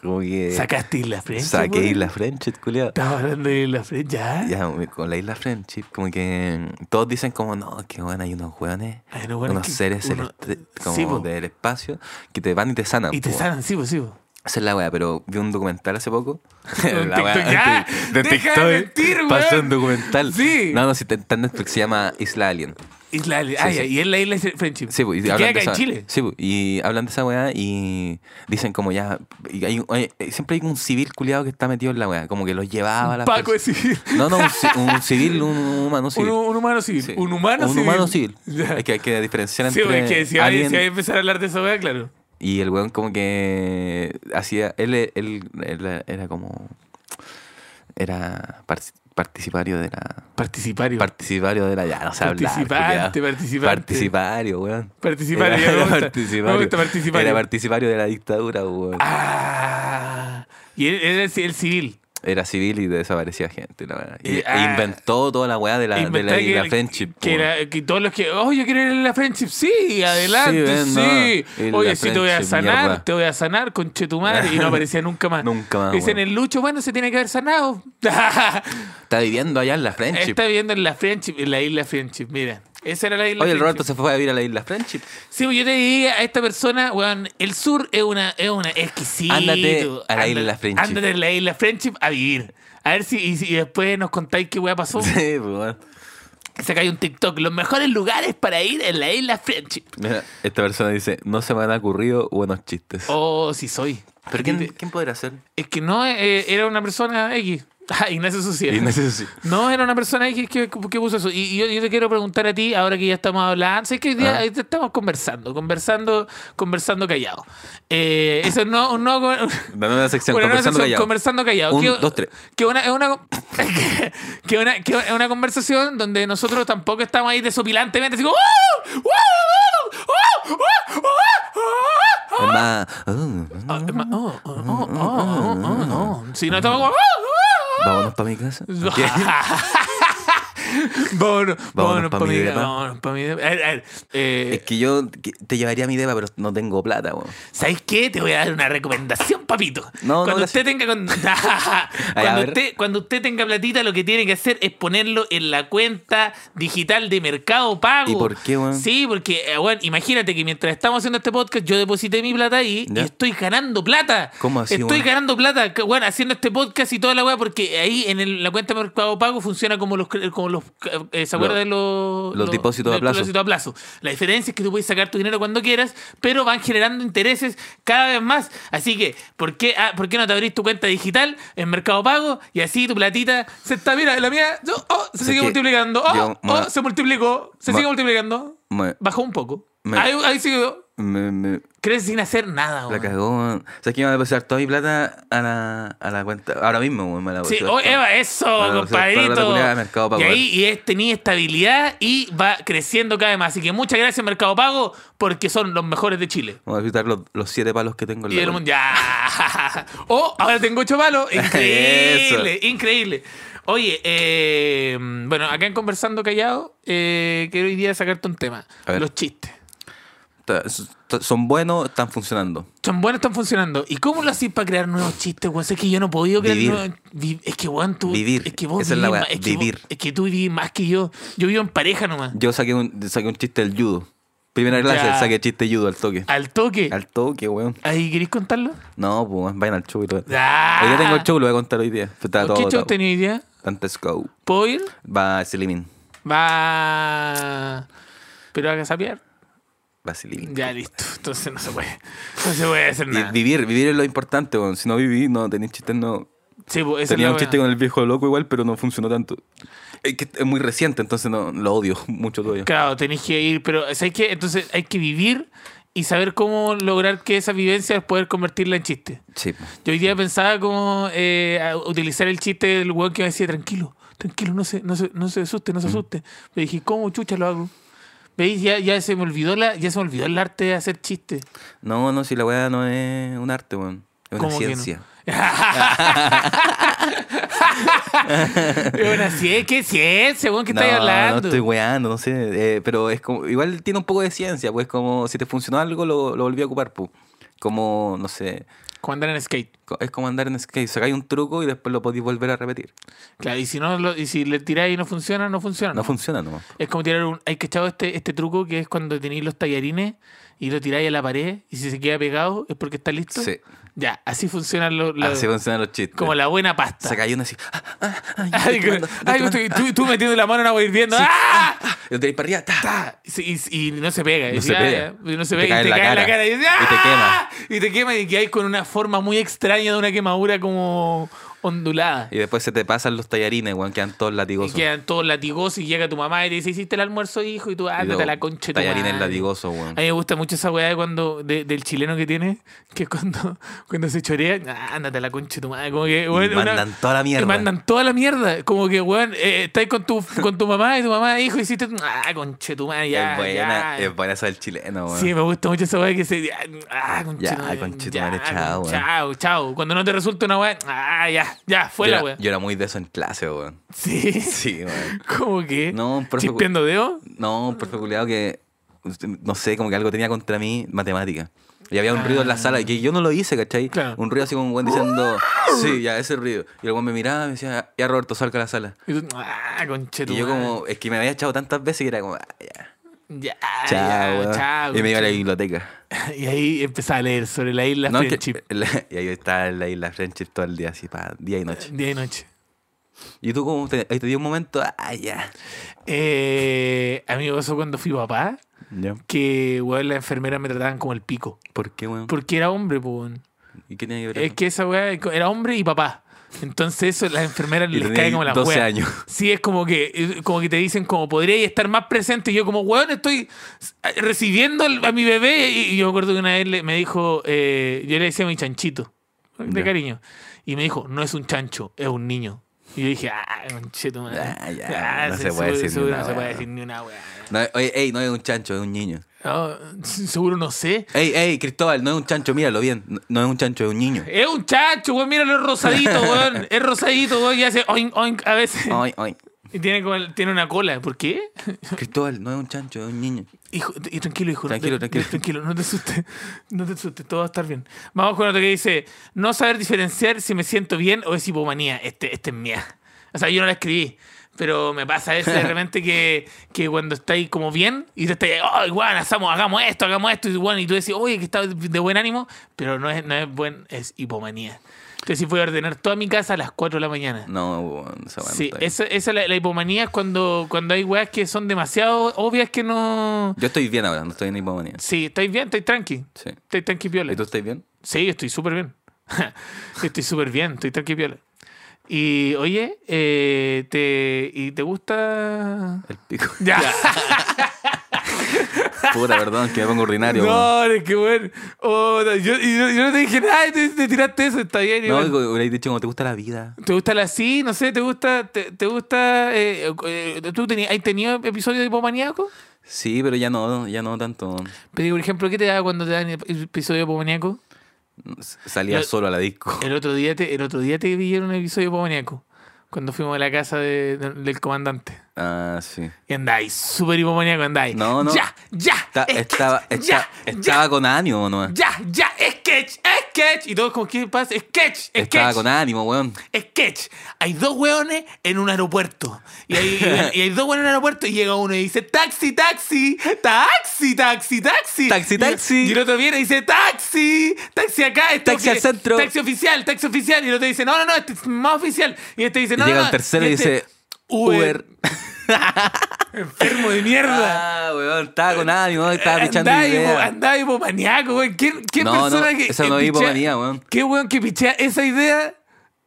Speaker 3: Como que.
Speaker 2: ¿Sacaste isla Friendship?
Speaker 3: Saqué
Speaker 2: weón?
Speaker 3: isla Friendship, culiao.
Speaker 2: Estaba hablando de isla Friendship. Ya.
Speaker 3: Ya, con la isla Friendship, como que mm, todos dicen como, no, que bueno, hay unos hueones,
Speaker 2: Hay unos hueones
Speaker 3: unos
Speaker 2: que-
Speaker 3: seres
Speaker 2: uno-
Speaker 3: celeste-
Speaker 2: Sí,
Speaker 3: como
Speaker 2: po.
Speaker 3: del espacio que te van y te sanan.
Speaker 2: Y te
Speaker 3: po.
Speaker 2: sanan, sí, pues, sí. pues.
Speaker 3: Esa es la wea, pero vi un documental hace poco.
Speaker 2: Un
Speaker 3: La wea
Speaker 2: TikTok, ya,
Speaker 3: de
Speaker 2: deja
Speaker 3: TikTok,
Speaker 2: de mentir,
Speaker 3: Pasó
Speaker 2: weón.
Speaker 3: un documental.
Speaker 2: Sí.
Speaker 3: No, no, si está en Netflix, se llama Isla Alien.
Speaker 2: Isla Ale- ah,
Speaker 3: sí.
Speaker 2: ya, y es la isla Friendship.
Speaker 3: Sí, pues, y
Speaker 2: Que queda
Speaker 3: hablan
Speaker 2: acá
Speaker 3: de
Speaker 2: en
Speaker 3: esa-
Speaker 2: Chile.
Speaker 3: Sí, pues, y hablan de esa weá y dicen como ya. y hay- hay- siempre hay un civil culiado que está metido en la weá, como que los llevaba a las
Speaker 2: Paco
Speaker 3: perso-
Speaker 2: es civil.
Speaker 3: No, no, un, ci- un civil, un humano
Speaker 2: Un,
Speaker 3: civil.
Speaker 2: un humano civil.
Speaker 3: Sí.
Speaker 2: Un humano
Speaker 3: un
Speaker 2: civil.
Speaker 3: humano civil.
Speaker 2: Ya.
Speaker 3: Hay que, hay que diferenciar
Speaker 2: Sí,
Speaker 3: entre
Speaker 2: porque es que si vaya,
Speaker 3: alien
Speaker 2: si vaya a empezar a hablar de esa wea, claro.
Speaker 3: y el weón como que hacía... Él, él- él era como... Era par- participario de la...
Speaker 2: Participario.
Speaker 3: Participario de la... Ya, no sé hablar,
Speaker 2: Participante,
Speaker 3: culiao.
Speaker 2: participante.
Speaker 3: Participario, weón.
Speaker 2: Participario, ya me
Speaker 3: Era
Speaker 2: gusta.
Speaker 3: participario.
Speaker 2: Me gusta participario.
Speaker 3: Era participario de la dictadura, pues, weón.
Speaker 2: ah. Y él él es el civil.
Speaker 3: Era civil y desaparecía gente, la verdad. Y, e
Speaker 2: Eh, ah.
Speaker 3: inventó toda la weá de la, de la-
Speaker 2: Inventar
Speaker 3: de la
Speaker 2: que-
Speaker 3: friendship. pues,
Speaker 2: Que,
Speaker 3: weón.
Speaker 2: era- que todos los que, oh, yo quiero ir a la friendship, sí, adelante,
Speaker 3: ven,
Speaker 2: sí.
Speaker 3: no. Y la
Speaker 2: Oye, sí, te voy a
Speaker 3: friendship,
Speaker 2: sanar,
Speaker 3: mierda.
Speaker 2: te voy a sanar, con Chetumar. Y no aparecía nunca más.
Speaker 3: Nunca más,
Speaker 2: Dicen
Speaker 3: weón.
Speaker 2: el Lucho, bueno, se tiene que haber sanado.
Speaker 3: Está viviendo allá en la friendship.
Speaker 2: Está viviendo en la friendship, en la isla friendship, mira. Esa era la isla
Speaker 3: Oye, el
Speaker 2: friendship.
Speaker 3: Roberto se fue a vivir a la isla Friendship.
Speaker 2: Sí, pues yo te diría a esta persona, weón, el sur es una, es una exquisita.
Speaker 3: Ándate a la isla Friendship.
Speaker 2: Ándate a la isla Friendship a vivir. A ver si y, si- y después nos contáis qué weá pasó.
Speaker 3: Sí, pues, weón.
Speaker 2: Sacáis un TikTok. Los mejores lugares para ir en la isla Friendship.
Speaker 3: Mira, esta persona dice, no se me han ocurrido buenos chistes.
Speaker 2: Oh, sí soy.
Speaker 3: ¿Pero quién, quién podrá ser?
Speaker 2: Es que no eh, era una persona X. Ah, Ignacio Sucia.
Speaker 3: Ignacio Sucia.
Speaker 2: No, era una persona X que, que puso eso. Y yo, yo te quiero preguntar a ti, ahora que ya estamos hablando, sé que hoy día
Speaker 3: Ah.
Speaker 2: ahí te estamos conversando, conversando, conversando callado. Eh, eso no, un no
Speaker 3: Dame una sección,
Speaker 2: Bueno, no,
Speaker 3: conversando
Speaker 2: eso es
Speaker 3: callado.
Speaker 2: conversando callado.
Speaker 3: Un,
Speaker 2: que,
Speaker 3: dos, tres.
Speaker 2: que una, es una, que una, que es una conversación donde nosotros tampoco estamos ahí desopilantemente, así como, "Uh, uh, uh, uh, uh, uh, uh, uh".
Speaker 3: Es más, oh,
Speaker 2: Ah, es más, oh, oh, oh, oh, oh, oh. Si no estamos como, "Uh, uh, uh".
Speaker 3: vámonos para mi casa. ¿Qué?
Speaker 2: Vámonos, vámonos
Speaker 3: Vámonos pa'
Speaker 2: pa'
Speaker 3: mi
Speaker 2: mi-
Speaker 3: depa.
Speaker 2: vámonos pa' mi depa. A ver, a ver, eh,
Speaker 3: Es que yo que- te llevaría a mi depa, pero no tengo plata, weón.
Speaker 2: ¿Sabes qué? Te voy a dar una recomendación, papito.
Speaker 3: No,
Speaker 2: cuando
Speaker 3: no, gracias.
Speaker 2: usted tenga con-
Speaker 3: a
Speaker 2: cuando,
Speaker 3: ver.
Speaker 2: usted, cuando usted tenga platita, lo que tiene que hacer es ponerlo en la cuenta digital de Mercado Pago.
Speaker 3: ¿Y por qué, weón?
Speaker 2: Sí, porque, eh, weón, imagínate que mientras estamos haciendo este podcast, yo deposité mi plata ahí
Speaker 3: Ya.
Speaker 2: y estoy ganando plata.
Speaker 3: ¿Cómo así,
Speaker 2: Estoy
Speaker 3: weón?
Speaker 2: ganando plata, que, weón, haciendo este podcast y toda la weá, porque ahí en el- la cuenta de Mercado Pago funciona como los. cre- Como los eh, ¿Se acuerdan de los,
Speaker 3: los depósitos a
Speaker 2: del
Speaker 3: plazo.
Speaker 2: depósito a plazo. La diferencia es que tú puedes sacar tu dinero cuando quieras, pero van generando intereses cada vez más. Así que, ¿por qué, ah, ¿por qué no te abrís tu cuenta digital en Mercado Pago y así tu platita se está, mira, la mía, yo, oh, se
Speaker 3: Sé
Speaker 2: sigue
Speaker 3: que
Speaker 2: multiplicando, oh,
Speaker 3: yo,
Speaker 2: oh,
Speaker 3: ma-
Speaker 2: se multiplicó, se
Speaker 3: ma-
Speaker 2: sigue multiplicando,
Speaker 3: Me,
Speaker 2: bajó un poco.
Speaker 3: me-
Speaker 2: ahí, ahí siguió,
Speaker 3: me- me-
Speaker 2: crece sin hacer nada.
Speaker 3: la
Speaker 2: weón.
Speaker 3: cagó, weón. O sea, que iba a depositar toda mi plata a la, a la cuenta. Ahora mismo, weón, me la voy
Speaker 2: Sí, oh, Eva, eso,
Speaker 3: Para la- para la
Speaker 2: compadrito.
Speaker 3: culiada de Mercado Pago,
Speaker 2: y ahí
Speaker 3: eh.
Speaker 2: y es, tenía estabilidad y va creciendo cada vez más. Así que muchas gracias, Mercado Pago, porque son los mejores de Chile.
Speaker 3: Vamos a depositar los, los siete palos que tengo en
Speaker 2: Y
Speaker 3: la
Speaker 2: el
Speaker 3: cuenta.
Speaker 2: mundo, ya. Oh, ahora tengo ocho palos. Increíble, increíble. Oye, eh, bueno, acá en Conversando Callado, eh, quiero hoy día sacarte un tema.
Speaker 3: A ver.
Speaker 2: Los chistes.
Speaker 3: Ta- s- Son buenos, están funcionando.
Speaker 2: Son buenos, están funcionando. ¿Y cómo lo hacís para crear nuevos chistes, weón? Es que yo no he podido crear
Speaker 3: Vivir.
Speaker 2: nuevos- vi- Es que, weón, tú.
Speaker 3: Vivir.
Speaker 2: Es que vos
Speaker 3: Esa es la
Speaker 2: vivís
Speaker 3: weá,
Speaker 2: más- es que vos-
Speaker 3: vivir.
Speaker 2: es que tú vivís más que yo. Yo vivo en pareja nomás.
Speaker 3: Yo saqué un, saqué un chiste del judo. Primera clase,
Speaker 2: Ya.
Speaker 3: saqué chiste judo al toque.
Speaker 2: Al toque.
Speaker 3: Al toque, weón.
Speaker 2: ¿Ahí queréis contarlo?
Speaker 3: No, pues vayan al show y todo.
Speaker 2: Ah.
Speaker 3: Hoy día tengo el show, lo voy a contar hoy día. Está todo
Speaker 2: ¿Qué show
Speaker 3: botado.
Speaker 2: tenéis hoy día?
Speaker 3: Dante Scout.
Speaker 2: ¿Puedo ir?
Speaker 3: Va Slimin.
Speaker 2: Va. Pero hagas a sapear.
Speaker 3: Va Slimin.
Speaker 2: Ya, listo. Entonces no se puede. No se puede hacer
Speaker 3: Y
Speaker 2: nada.
Speaker 3: Vivir, vivir es lo importante, weón. Si no viví, no tenéis chistes, no.
Speaker 2: Sí, pues, esa es
Speaker 3: Tenía
Speaker 2: la
Speaker 3: un
Speaker 2: weá.
Speaker 3: chiste con el viejo loco igual, pero no funcionó tanto. Es que es muy reciente, entonces no, lo odio mucho todavía.
Speaker 2: Claro, tenéis que ir, pero ¿sabes qué? Entonces hay que vivir y saber cómo lograr que esa vivencia es poder convertirla en chiste.
Speaker 3: Sí.
Speaker 2: Yo hoy día pensaba como eh, a utilizar el chiste del weón que me decía tranquilo. tranquilo, no se, no se, no se asuste,
Speaker 3: Mm.
Speaker 2: no se asuste. Le dije, ¿cómo chucha lo hago? ¿Veis? Ya, ya se me olvidó la, ya se me olvidó el arte de hacer chistes.
Speaker 3: No, no, si la weá no es un arte, weón. Es una
Speaker 2: ¿Cómo que no?
Speaker 3: ciencia.
Speaker 2: Es una ciencia, ¿qué ciencia, weón? ¿Qué estáis hablando?
Speaker 3: No estoy weando, no sé. eh, pero es como. Igual tiene un poco de ciencia, pues como si te funcionó algo, lo, lo volví a ocupar, pu. Como, no sé.
Speaker 2: Como andar en skate.
Speaker 3: co- Es como andar en skate. Sacáis un truco y después lo podéis volver a repetir.
Speaker 2: Claro, y si no, lo- y si le tiráis y no funciona, Ah, no funciona.
Speaker 3: No funciona, no.
Speaker 2: Es como tirar un. ¿Hay cachado este, este truco que es cuando tenéis los tallarines y lo tiráis a la pared y si se queda pegado es porque está listo?
Speaker 3: Sí.
Speaker 2: Ya, así funcionan los. los-
Speaker 3: Así funcionan los chistes.
Speaker 2: como la buena pasta.
Speaker 3: Sacáis uno así. ah, ah, ay,
Speaker 2: Ay,
Speaker 3: estoy
Speaker 2: que-
Speaker 3: tomando, estoy
Speaker 2: ay,
Speaker 3: tomando.
Speaker 2: estoy- tú, tú metiendo la mano en agua hirviendo. ¡Ah!
Speaker 3: Y lo tiráis para arriba. ta,
Speaker 2: Ta. Y, se- Ah, y- y no se pega.
Speaker 3: No
Speaker 2: Y
Speaker 3: se
Speaker 2: ya,
Speaker 3: pega.
Speaker 2: ya, y no se
Speaker 3: Te
Speaker 2: pega.
Speaker 3: cae
Speaker 2: y te
Speaker 3: en la
Speaker 2: cae en la
Speaker 3: cara.
Speaker 2: cara. Y, dices,
Speaker 3: Y te
Speaker 2: ¡Ah! Y te quema y que hay con una forma muy extraña de una quemadura como ondulada.
Speaker 3: Y después se te pasan los tallarines, weón, quedan todos
Speaker 2: Y
Speaker 3: latigosos.
Speaker 2: quedan todos latigosos y llega tu mamá y te dice, hiciste el almuerzo, hijo, y tú
Speaker 3: Y
Speaker 2: ándate
Speaker 3: luego,
Speaker 2: a la concha de tu
Speaker 3: Tallarines
Speaker 2: madre".
Speaker 3: latigosos, weón.
Speaker 2: A mí me gusta mucho esa weá de cuando, de- del chileno que tiene, que cuando, cuando se chorea, "Ah, ándate a la concha de tu madre. Como que, weón,
Speaker 3: Y
Speaker 2: una-
Speaker 3: mandan toda la
Speaker 2: te
Speaker 3: mierda.
Speaker 2: mandan toda la mierda. Como que, weón, eh, estás con tu, con tu mamá y tu mamá, hijo, hiciste, ah, conche tu madre, ya.
Speaker 3: es buena,
Speaker 2: ya".
Speaker 3: es buena esa del chileno, weón.
Speaker 2: Sí, me gusta mucho esa weá que se. Ah, conche
Speaker 3: Ya,
Speaker 2: tu madre,
Speaker 3: conche tu
Speaker 2: ya,
Speaker 3: madre, chao, weón.
Speaker 2: Chao, chao. Cuando no te resulta una weá, ah, ya, ya, fue
Speaker 3: yo,
Speaker 2: la
Speaker 3: era,
Speaker 2: weá.
Speaker 3: yo era muy de eso en clase, weón.
Speaker 2: Sí.
Speaker 3: Sí, weón.
Speaker 2: ¿Cómo que?
Speaker 3: No, un profe-
Speaker 2: ¿Chispeando dedo?
Speaker 3: No, un profe culiao que, no sé, como que algo tenía contra mí, matemática. Y había un ruido en la sala, que yo no lo hice, ¿cachai?
Speaker 2: Ah. Claro. ¡Oh!
Speaker 3: Un ruido así como un weón diciendo, sí, ya, ese ruido. Y el weón me miraba y me decía, ya Roberto, salga a la sala.
Speaker 2: Y tú, ah, conche tu
Speaker 3: Y yo
Speaker 2: madre.
Speaker 3: como, es que me había echado tantas veces que era como, "Ah, ya,
Speaker 2: Ya,
Speaker 3: chao,
Speaker 2: ya,
Speaker 3: weón".
Speaker 2: chao.
Speaker 3: Y me iba a la
Speaker 2: chao.
Speaker 3: biblioteca.
Speaker 2: Y ahí empezaba a leer sobre la isla
Speaker 3: No, que-
Speaker 2: Friendship.
Speaker 3: la- y ahí estaba en la isla Friendship todo el día, así, pa, día y noche.
Speaker 2: Día y noche.
Speaker 3: Y tú como, te, ahí te dio un momento, ah, ya.
Speaker 2: Eh, a mí me pasó cuando fui papá
Speaker 3: ¿Ya?
Speaker 2: que, weón, las enfermeras me trataban como el pico.
Speaker 3: ¿Por qué, weón?
Speaker 2: Porque era hombre, po, weón.
Speaker 3: ¿Y qué tenía que ver?
Speaker 2: Es
Speaker 3: eso?
Speaker 2: que esa weá era hombre y papá. Entonces eso las enfermeras
Speaker 3: Y
Speaker 2: les
Speaker 3: tenía
Speaker 2: cae como la
Speaker 3: 12
Speaker 2: weá.
Speaker 3: años.
Speaker 2: Sí, es como que, como que te dicen como podríais estar más presente. Y yo como, weón, estoy recibiendo al- a mi bebé. Y y yo me acuerdo que una vez le- me dijo, eh, yo le decía a mi chanchito, de
Speaker 3: Ya.
Speaker 2: cariño. Y me dijo, no es un chancho, es un niño. Y yo dije, ah, concheto, madre.
Speaker 3: Ah, ya, no se
Speaker 2: se-
Speaker 3: puede
Speaker 2: seguro-
Speaker 3: decir ni
Speaker 2: seguro
Speaker 3: una
Speaker 2: no se
Speaker 3: weá,
Speaker 2: puede
Speaker 3: ¿no?
Speaker 2: decir ni una weá.
Speaker 3: No, oye, ey, no es un chancho, es un niño.
Speaker 2: No, seguro no sé.
Speaker 3: Ey, ey, Cristóbal, no es un chancho, míralo bien. No, no es un chancho, es un niño.
Speaker 2: Es un chancho, weón, míralo, es rosadito, weón. Es rosadito, weón, y hace oink, oink a veces.
Speaker 3: Ay, ay.
Speaker 2: Y tiene, como el- tiene una cola. ¿Por qué?
Speaker 3: Cristóbal, no es un chancho, es un niño.
Speaker 2: Hijo, y tranquilo, hijo. no
Speaker 3: Tranquilo,
Speaker 2: te-
Speaker 3: tranquilo.
Speaker 2: no- tranquilo, no te asustes. No te asustes, todo va a estar bien. Vamos con otro que dice, no saber diferenciar si me siento bien o es hipomanía. Este, este es mía. O sea, yo no la escribí. Pero me pasa eso de repente que, que cuando estáis como bien y te estáis, oh, bueno, hagamos, hagamos esto, hagamos esto, y, bueno, y tú decís, oye, que estás de buen ánimo, pero no es, no es buen, es hipomanía. Entonces, si voy a ordenar toda mi casa a las 4 de la mañana.
Speaker 3: No, weón, esa weá no
Speaker 2: Sí,
Speaker 3: está bien.
Speaker 2: esa, esa la, la hipomanía es cuando, cuando hay weas que son demasiado obvias que no.
Speaker 3: Yo estoy bien ahora, no estoy en hipomanía.
Speaker 2: Sí, estáis bien, estáis tranqui.
Speaker 3: Sí.
Speaker 2: Estáis tranqui piola.
Speaker 3: ¿Y tú estás bien?
Speaker 2: Sí, yo estoy súper bien. estoy súper bien, estoy tranqui piola. Y oye, eh, te, ¿y te gusta?
Speaker 3: El pico.
Speaker 2: Ya.
Speaker 3: Puta, perdón, que me pongo ordinario. weón.
Speaker 2: no, es que bueno. Oh, no, yo, y yo, yo no te dije nada, y te, te tiraste eso, está bien.
Speaker 3: No,
Speaker 2: igual.
Speaker 3: digo, hubiera dicho como te gusta la vida.
Speaker 2: ¿Te gusta la sí? No sé, ¿te gusta? ¿Te, te gusta? eh, eh, ¿Tú tenías, has tenido episodios de hipomaníaco?
Speaker 3: Sí, pero ya no, ya no tanto. weón.
Speaker 2: Pero, digo, por ejemplo, ¿qué te da cuando te dan el episodio hipomaníaco?
Speaker 3: S- Salía
Speaker 2: Yo-
Speaker 3: solo a la disco.
Speaker 2: El otro día te, el otro día te vi en un episodio hipomaníaco. Cuando fuimos a la casa de- de- del comandante.
Speaker 3: Ah, sí.
Speaker 2: Y andáis, súper hipomaníaco, andáis.
Speaker 3: No, no.
Speaker 2: Ya, ya.
Speaker 3: Está-
Speaker 2: sketch,
Speaker 3: estaba
Speaker 2: ya,
Speaker 3: esta- estaba con ánimo, ¿no?
Speaker 2: ya, ya, ya, sketch, sketch. Y todos como, ¿qué pasa? Sketch,
Speaker 3: Estaba
Speaker 2: sketch.
Speaker 3: con ánimo, weón.
Speaker 2: Sketch. Hay dos hueones en un aeropuerto. Y hay, y hay dos hueones en un aeropuerto y llega uno y dice, taxi, taxi, taxi, taxi, taxi.
Speaker 3: Taxi,
Speaker 2: Y el-
Speaker 3: taxi.
Speaker 2: Y el otro viene y dice, taxi, taxi acá. este
Speaker 3: Taxi al
Speaker 2: ofi-
Speaker 3: centro.
Speaker 2: Taxi oficial, taxi oficial. Y el otro dice, no, no, no, este es más oficial. Y este dice,
Speaker 3: Y
Speaker 2: no,
Speaker 3: llega
Speaker 2: no,
Speaker 3: el tercero y
Speaker 2: este,
Speaker 3: dice,
Speaker 2: Uber.
Speaker 3: Uber.
Speaker 2: Enfermo de mierda.
Speaker 3: Ah, weón, estaba con ánimo,
Speaker 2: Eh,
Speaker 3: estaba pichando
Speaker 2: Andaba hipo-
Speaker 3: Ah, ideas.
Speaker 2: andaba hipomaniaco, güey. ¿Qué, qué
Speaker 3: No, no,
Speaker 2: persona que.
Speaker 3: esa
Speaker 2: que
Speaker 3: no es
Speaker 2: pichea-
Speaker 3: hipomanía, weón.
Speaker 2: ¿Qué weón que pichea esa idea?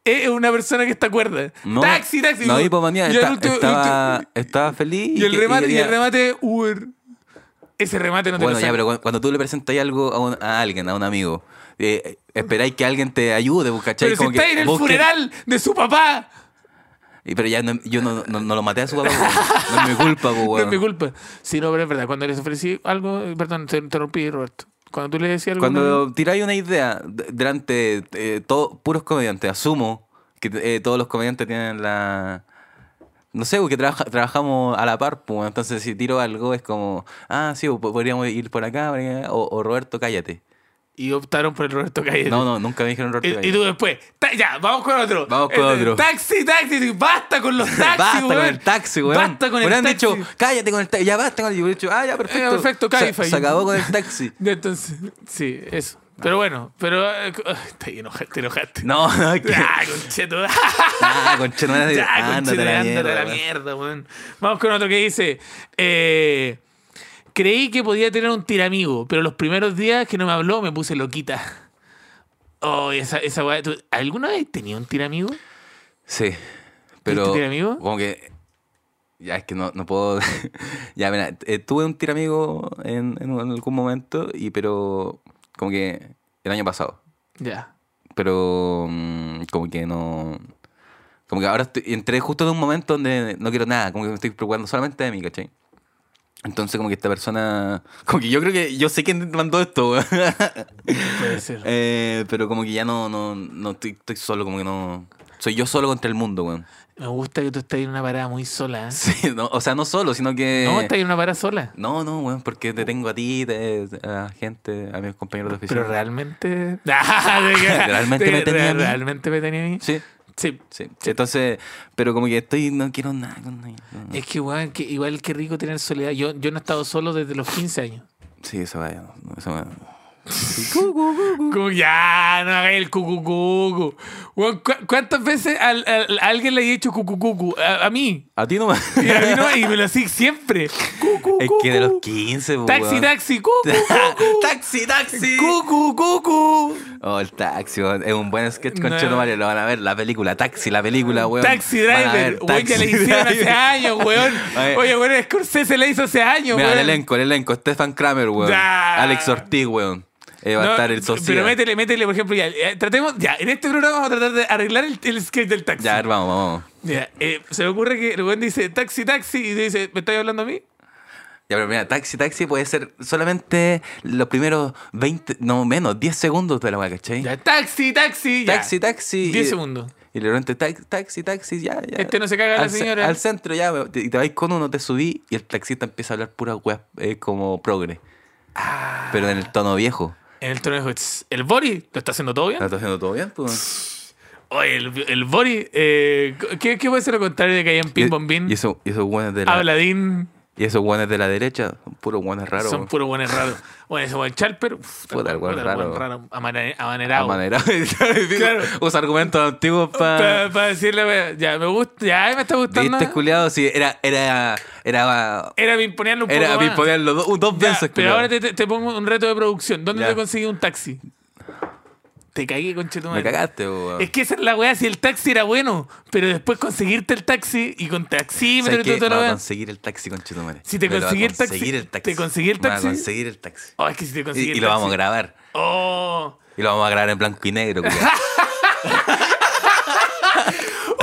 Speaker 2: Es una persona que está cuerda.
Speaker 3: No,
Speaker 2: taxi, taxi.
Speaker 3: No,
Speaker 2: güey.
Speaker 3: hipomanía.
Speaker 2: Y el
Speaker 3: esta-
Speaker 2: último-
Speaker 3: estaba,
Speaker 2: último-
Speaker 3: estaba feliz.
Speaker 2: y el
Speaker 3: que-
Speaker 2: remate, y
Speaker 3: quería-
Speaker 2: el remate, Uber. Ese remate no te
Speaker 3: Bueno,
Speaker 2: lo
Speaker 3: ya,
Speaker 2: saco.
Speaker 3: pero cu- cuando tú le presentáis algo a, un- a alguien, a un amigo, eh, esperáis que alguien te ayude, pues, ¿cachai?
Speaker 2: Pero si
Speaker 3: Como que
Speaker 2: estáis en el
Speaker 3: busque-
Speaker 2: funeral de su papá.
Speaker 3: Y- Pero ya no- yo no, no- no lo maté a su papá, weón. No es mi culpa, po,
Speaker 2: No es
Speaker 3: weón.
Speaker 2: mi culpa. Sí, no, pero es verdad. Cuando les ofrecí algo, eh, perdón, te interrumpí, Roberto. Cuando tú le decías algo.
Speaker 3: Cuando tiráis una idea de- delante de puros comediantes, asumo que eh, todos los comediantes tienen la... No sé, porque trabaja- trabajamos a la par, pues, entonces si tiro algo es como, ah, sí, po- podríamos ir por acá, por acá, o, o Roberto, cállate.
Speaker 2: Y optaron por el Roberto Calle.
Speaker 3: No, no, nunca me dijeron Roberto,
Speaker 2: Y,
Speaker 3: cállate.
Speaker 2: y tú después, ta- ya, vamos con otro. Eh,
Speaker 3: Vamos con otro.
Speaker 2: Taxi, taxi, basta con los taxis,
Speaker 3: basta con
Speaker 2: weón.
Speaker 3: el taxi, weón.
Speaker 2: Basta con
Speaker 3: Me
Speaker 2: el
Speaker 3: han
Speaker 2: taxi.
Speaker 3: dicho, cállate con el taxi. Ya basta con el taxi. Yo he dicho, ah, ya, perfecto.
Speaker 2: Ya, perfecto,
Speaker 3: Se-
Speaker 2: Cabify.
Speaker 3: Se, acabó con el taxi.
Speaker 2: Entonces, sí, eso. Pero bueno, pero eh, te, enojaste, te enojaste.
Speaker 3: Ah. No, no, es que.
Speaker 2: Ah, concheto.
Speaker 3: Ah, conche, no era de-
Speaker 2: Ya,
Speaker 3: ándate a la
Speaker 2: ándate
Speaker 3: mierda,
Speaker 2: a la
Speaker 3: weón.
Speaker 2: mierda, weón. Vamos con otro que dice. eh, creí que podía tener un tiramigo, pero los primeros días que no me habló me puse loquita. Oh, esa, esa weá. ¿tú- ¿Alguna vez tenía un tiramigo?
Speaker 3: Sí. Pero.
Speaker 2: ¿Tuviste tiramigo?
Speaker 3: Como que. Ya, es que no, no puedo. ya, mira, eh, tuve un tiramigo en, en algún momento, y pero. Como que. El año pasado.
Speaker 2: Ya.
Speaker 3: pero mm, como que no. Como que ahora estoy- entré justo en un momento donde no quiero nada, como que me estoy preocupando solamente de mí, ¿cachai? Entonces, como que esta persona. Como que yo creo que. Yo sé quién mandó esto, weón.
Speaker 2: Puede ser.
Speaker 3: Eh, pero como que ya no. No, no estoy, estoy solo, como que no. Soy yo solo contra el mundo, weón.
Speaker 2: Me gusta que tú estés en una parada muy sola. ¿eh?
Speaker 3: Sí, no, o sea, no solo, sino que.
Speaker 2: No, estás en una parada sola.
Speaker 3: No, no, weón, porque te tengo a ti, te- a gente, a mis compañeros de oficina.
Speaker 2: Pero realmente.
Speaker 3: Realmente me tenía a mí.
Speaker 2: Realmente me tenía a mí.
Speaker 3: Sí,
Speaker 2: Sí.
Speaker 3: sí. Entonces, pero como que estoy. No quiero nada con nadie. no.
Speaker 2: Es que, weón, que igual que rico tener soledad. Yo, yo no he estado solo desde los 15 años.
Speaker 3: Sí, eso va. Eso va.
Speaker 2: Como, ya, no hagáis el cucucucu. Weón, ¿cu- ¿Cuántas veces al- al- a alguien le he hecho cucucucu? A, a mí.
Speaker 3: A ti no me.
Speaker 2: Y a mí no, y me lo hacía siempre. Cucu,
Speaker 3: Es que de los 15, po,
Speaker 2: Taxi,
Speaker 3: weón.
Speaker 2: taxi, cucu.
Speaker 3: taxi, taxi.
Speaker 2: Cucu, cucu.
Speaker 3: Oh, el taxi, weón. Es un buen sketch con
Speaker 2: No.
Speaker 3: Cheto Mario. Lo van a ver, la película, taxi, la película, weón.
Speaker 2: Taxi
Speaker 3: Van a ver
Speaker 2: driver. Weón, ya le
Speaker 3: Taxi
Speaker 2: hicieron hace
Speaker 3: Driver.
Speaker 2: años, weón.
Speaker 3: Oye.
Speaker 2: Oye, weón, Scorsese le hizo hace años,
Speaker 3: Mira,
Speaker 2: weón.
Speaker 3: el elenco, el elenco. Stefan Kramer, weón.
Speaker 2: Ya.
Speaker 3: Alex Ortiz, weón. Eh, va
Speaker 2: No,
Speaker 3: a estar el socio.
Speaker 2: Pero métele, métele, por ejemplo, ya. eh, Tratemos, ya, en este programa vamos a tratar de arreglar el, el skate del taxi.
Speaker 3: Ya, a ver, vamos, vamos.
Speaker 2: Mira, eh, se me ocurre que el weón dice taxi, taxi, y dice, ¿me estás hablando a mí?
Speaker 3: Ya, pero mira, taxi, taxi puede ser solamente los primeros 20, no menos, 10 segundos de la weá, ¿cachai?
Speaker 2: Ya, taxi, taxi, ya.
Speaker 3: Taxi, taxi.
Speaker 2: 10
Speaker 3: y-
Speaker 2: segundos.
Speaker 3: Y le repente, taxi, taxi, taxi, ya, ya.
Speaker 2: Este no se caga a la
Speaker 3: Al ce-
Speaker 2: señora.
Speaker 3: Al centro, ya, te- y te vais con uno, te subí y el taxista empieza a hablar puras weas eh, como progre.
Speaker 2: Ah.
Speaker 3: Pero en el tono viejo.
Speaker 2: En el tono de "Tss, el Bori, ¿lo está haciendo todo bien?
Speaker 3: ¿Lo estás haciendo todo bien? Pues?
Speaker 2: Oye, el, el Bori, eh, ¿qué, ¿qué puede ser lo contrario de que hay en Pim Bombín?
Speaker 3: Y, eso- y esos weones de la,
Speaker 2: Habladín,
Speaker 3: y esos weones de la derecha, son puros weones raros.
Speaker 2: son puros buenos raros. Bueno, ese buen Charper, uf,
Speaker 3: Puta, el buen
Speaker 2: puta,
Speaker 3: raro.
Speaker 2: amane-
Speaker 3: de
Speaker 2: amanerado.
Speaker 3: manera.
Speaker 2: Claro.
Speaker 3: Usa argumentos antiguos para.
Speaker 2: Para decirle, wea, ya me gusta, ya me está gustando. ¿eh?
Speaker 3: ¿Viste, culiado? Sí, era. Era. Era.
Speaker 2: Era pimponearlo un poco
Speaker 3: Era
Speaker 2: más.
Speaker 3: bipolar los dos, dos
Speaker 2: Ya,
Speaker 3: veces,
Speaker 2: pero
Speaker 3: culiao.
Speaker 2: ahora te, te- te pongo un reto de producción. ¿Dónde
Speaker 3: Ya.
Speaker 2: te conseguí un taxi? Te cagué, conchetumare.
Speaker 3: Me cagaste, weón.
Speaker 2: Es que esa es la weá, si el taxi era bueno, pero después conseguirte el taxi y con taxímetro y
Speaker 3: ¿Sabes
Speaker 2: todo,
Speaker 3: qué?
Speaker 2: todo lo
Speaker 3: Me va a
Speaker 2: weá.
Speaker 3: conseguir el taxi con Chetumare.
Speaker 2: Si te
Speaker 3: Me lo va a
Speaker 2: conseguí el taxi-
Speaker 3: conseguir el taxi.
Speaker 2: te conseguí el
Speaker 3: Me va a
Speaker 2: taxi.
Speaker 3: conseguir el taxi.
Speaker 2: Oh, es que si te
Speaker 3: Y,
Speaker 2: conseguí el
Speaker 3: y lo vamos a
Speaker 2: taxi-
Speaker 3: grabar.
Speaker 2: Oh.
Speaker 3: Y lo vamos a grabar en blanco y negro, culiao.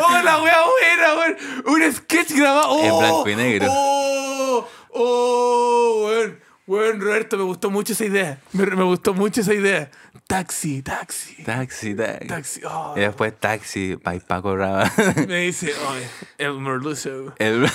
Speaker 2: Oh, la weá buena, weón. Un sketch grabado. Oh,
Speaker 3: En blanco y negro.
Speaker 2: Oh, oh, weón. Weón, Roberto, me gustó mucho esa idea. Me, me gustó mucho esa idea. Taxi, taxi.
Speaker 3: Taxi, taxi.
Speaker 2: Taxi. Oh.
Speaker 3: Y después taxi, by Paco Raba.
Speaker 2: Me dice, oye, el merluzo,
Speaker 3: El,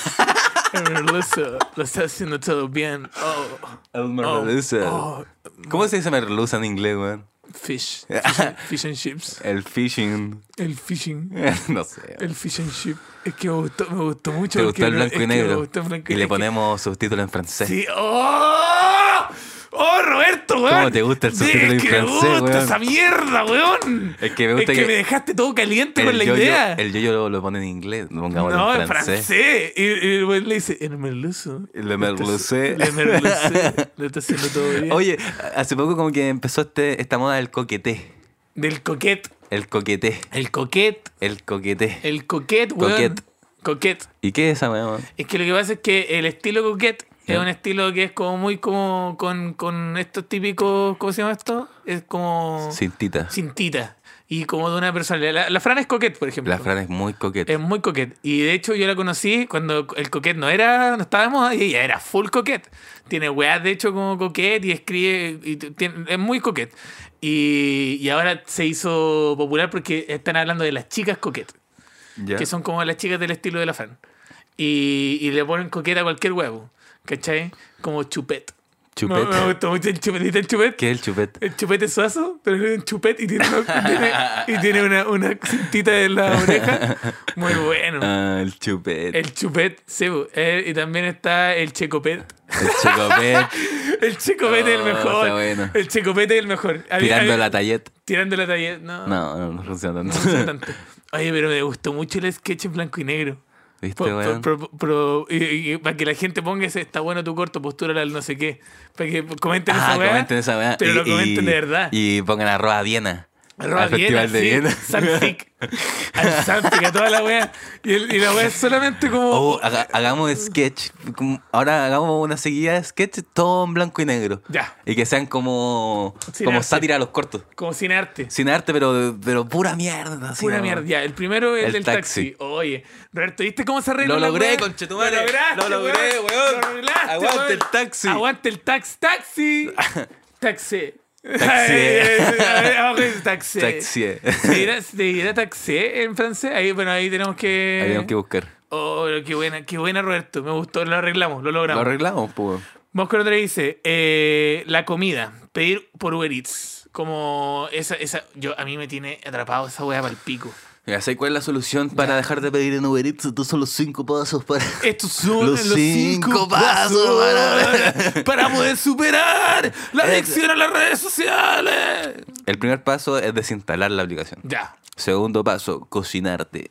Speaker 2: el merluzo, lo está haciendo todo bien. Oh,
Speaker 3: el
Speaker 2: oh,
Speaker 3: merluza.
Speaker 2: oh,
Speaker 3: ¿Cómo se dice merluza en inglés, weón?
Speaker 2: fish, fish, and- fish and chips,
Speaker 3: El fishing.
Speaker 2: el fishing,
Speaker 3: no sé.
Speaker 2: el fish and chip. Es que me gustó, me gustó mucho.
Speaker 3: Te
Speaker 2: porque
Speaker 3: gustó el
Speaker 2: no-
Speaker 3: blanco
Speaker 2: es
Speaker 3: y
Speaker 2: que me
Speaker 3: negro.
Speaker 2: gustó el blanco
Speaker 3: Y le
Speaker 2: es que-
Speaker 3: ponemos subtítulos en francés.
Speaker 2: Sí, oh, oh, Roberto, weón.
Speaker 3: te gusta el subtítulo
Speaker 2: Es
Speaker 3: en
Speaker 2: que me
Speaker 3: francés,
Speaker 2: gusta
Speaker 3: weón.
Speaker 2: esa mierda, weón.
Speaker 3: Es que me gusta
Speaker 2: es que,
Speaker 3: que-
Speaker 2: me dejaste todo caliente con la
Speaker 3: yo-yo-
Speaker 2: idea.
Speaker 3: el yo-yo lo, lo pone en inglés, lo pongamos
Speaker 2: no,
Speaker 3: en francés.
Speaker 2: Y, y el weón le dice, el merluzo.
Speaker 3: Le merlucé.
Speaker 2: Le merlucé. Le está haciendo todo bien.
Speaker 3: Oye, hace poco como que empezó este, esta moda del coqueté.
Speaker 2: Del coquet.
Speaker 3: El coqueté.
Speaker 2: El coquet.
Speaker 3: El coqueté.
Speaker 2: El coquet, weón.
Speaker 3: Coquet.
Speaker 2: Coquet.
Speaker 3: ¿Y qué es esa weón?
Speaker 2: Es que lo que pasa es que el estilo coquet Es
Speaker 3: Ya.
Speaker 2: un estilo que es como muy como con, con estos típicos, ¿cómo se llama esto? Es como
Speaker 3: Cintita.
Speaker 2: cintita. Y como de una personalidad. La, la Fran es coquette, por ejemplo.
Speaker 3: La Fran es muy coqueta.
Speaker 2: Es muy coquette. Y de hecho yo la conocí cuando el coquette no era, no estábamos y ella era full coquette. Tiene weas de hecho como coquette y escribe, y t- tiene- es muy coquette. Y, y ahora se hizo popular porque están hablando de las chicas coquette,
Speaker 3: Ya.
Speaker 2: que son como las chicas del estilo de la fan. Y, y le ponen coqueta a cualquier huevo, ¿cachai? Como chupet.
Speaker 3: Chupete.
Speaker 2: Me, me gustó mucho el chupetito, el chupet.
Speaker 3: ¿Qué es el chupete?
Speaker 2: El chupete es suazo, pero es un chupete y tiene una, tiene- y tiene una, una cintita en la oreja. Muy bueno.
Speaker 3: Ah, el chupete.
Speaker 2: Em, El chupet, sí, bu. Eh, y también está el checopet.
Speaker 3: El chocopet.
Speaker 2: El checopet es el
Speaker 3: Oh,
Speaker 2: mejor.
Speaker 3: está bueno.
Speaker 2: El checopet es el mejor. A mí- a
Speaker 3: tirando
Speaker 2: mí-
Speaker 3: la talleta.
Speaker 2: Tirando la talla. No, no,
Speaker 3: No, no, no funciona tanto.
Speaker 2: sé tanto. Oye, pero me gustó mucho el sketch en blanco y negro.
Speaker 3: ¿Viste,
Speaker 2: Po-
Speaker 3: Este weón?
Speaker 2: po- po- pro- y- y para que la gente ponga ese está bueno tu corto, postúrala al no sé qué. Para que comenten
Speaker 3: Ah,
Speaker 2: esa weá.
Speaker 3: comenten esa weá.
Speaker 2: Pero
Speaker 3: Y-
Speaker 2: lo comenten
Speaker 3: y-
Speaker 2: de verdad.
Speaker 3: Y pongan arroba Viena.
Speaker 2: Arroba
Speaker 3: Al Festival de Viena.
Speaker 2: Sanfic. Al Sanfic, a toda la wea. Y, el- y la wea es solamente como.
Speaker 3: O Oh, haga- hagamos
Speaker 2: eh,
Speaker 3: sketch. como- Ahora hagamos una seguida de sketch todo en blanco y negro.
Speaker 2: Ya.
Speaker 3: Y que sean como,
Speaker 2: Sin
Speaker 3: como
Speaker 2: arte.
Speaker 3: sátira a los cortos.
Speaker 2: Como sin arte.
Speaker 3: Sin arte, pero, de- pero pura mierda. así,
Speaker 2: Pura
Speaker 3: ¿no?
Speaker 2: mierda. Ya, el primero es el
Speaker 3: El
Speaker 2: del taxi. Oye, Roberto, ¿viste cómo se arregló?
Speaker 3: Lo
Speaker 2: la
Speaker 3: logré,
Speaker 2: wea?
Speaker 3: conchetumare.
Speaker 2: Lo lograste.
Speaker 3: Lo logré, weón.
Speaker 2: Lo arreglaste,
Speaker 3: Aguante
Speaker 2: weón.
Speaker 3: el taxi.
Speaker 2: Aguante el tax, taxi. Taxi. Eh,
Speaker 3: Taxi.
Speaker 2: Abajo dice taxi.
Speaker 3: Taxi.
Speaker 2: ¿Te dirá, se dirá taxi en francés? Ahí, bueno, ahí tenemos que.
Speaker 3: Habíamos que buscar.
Speaker 2: Oh, pero qué buena, qué buena, Roberto. Me gustó, lo arreglamos, lo
Speaker 3: Lo
Speaker 2: logramos.
Speaker 3: arreglamos, pues.
Speaker 2: Vamos con otra que dice, eh, la comida, pedir por Uber Eats. Como esa, esa, yo, a mí me tiene atrapado esa weá para el pico.
Speaker 3: Ya sé cuál es la solución para dejar de pedir en Uber Eats. Estos son los cinco pasos para.
Speaker 2: Estos son los,
Speaker 3: Los
Speaker 2: cinco,
Speaker 3: cinco
Speaker 2: pasos,
Speaker 3: pasos
Speaker 2: para, para poder superar la adicción a las redes sociales.
Speaker 3: El primer paso es desinstalar la aplicación.
Speaker 2: Ya,
Speaker 3: Segundo paso, cocinarte.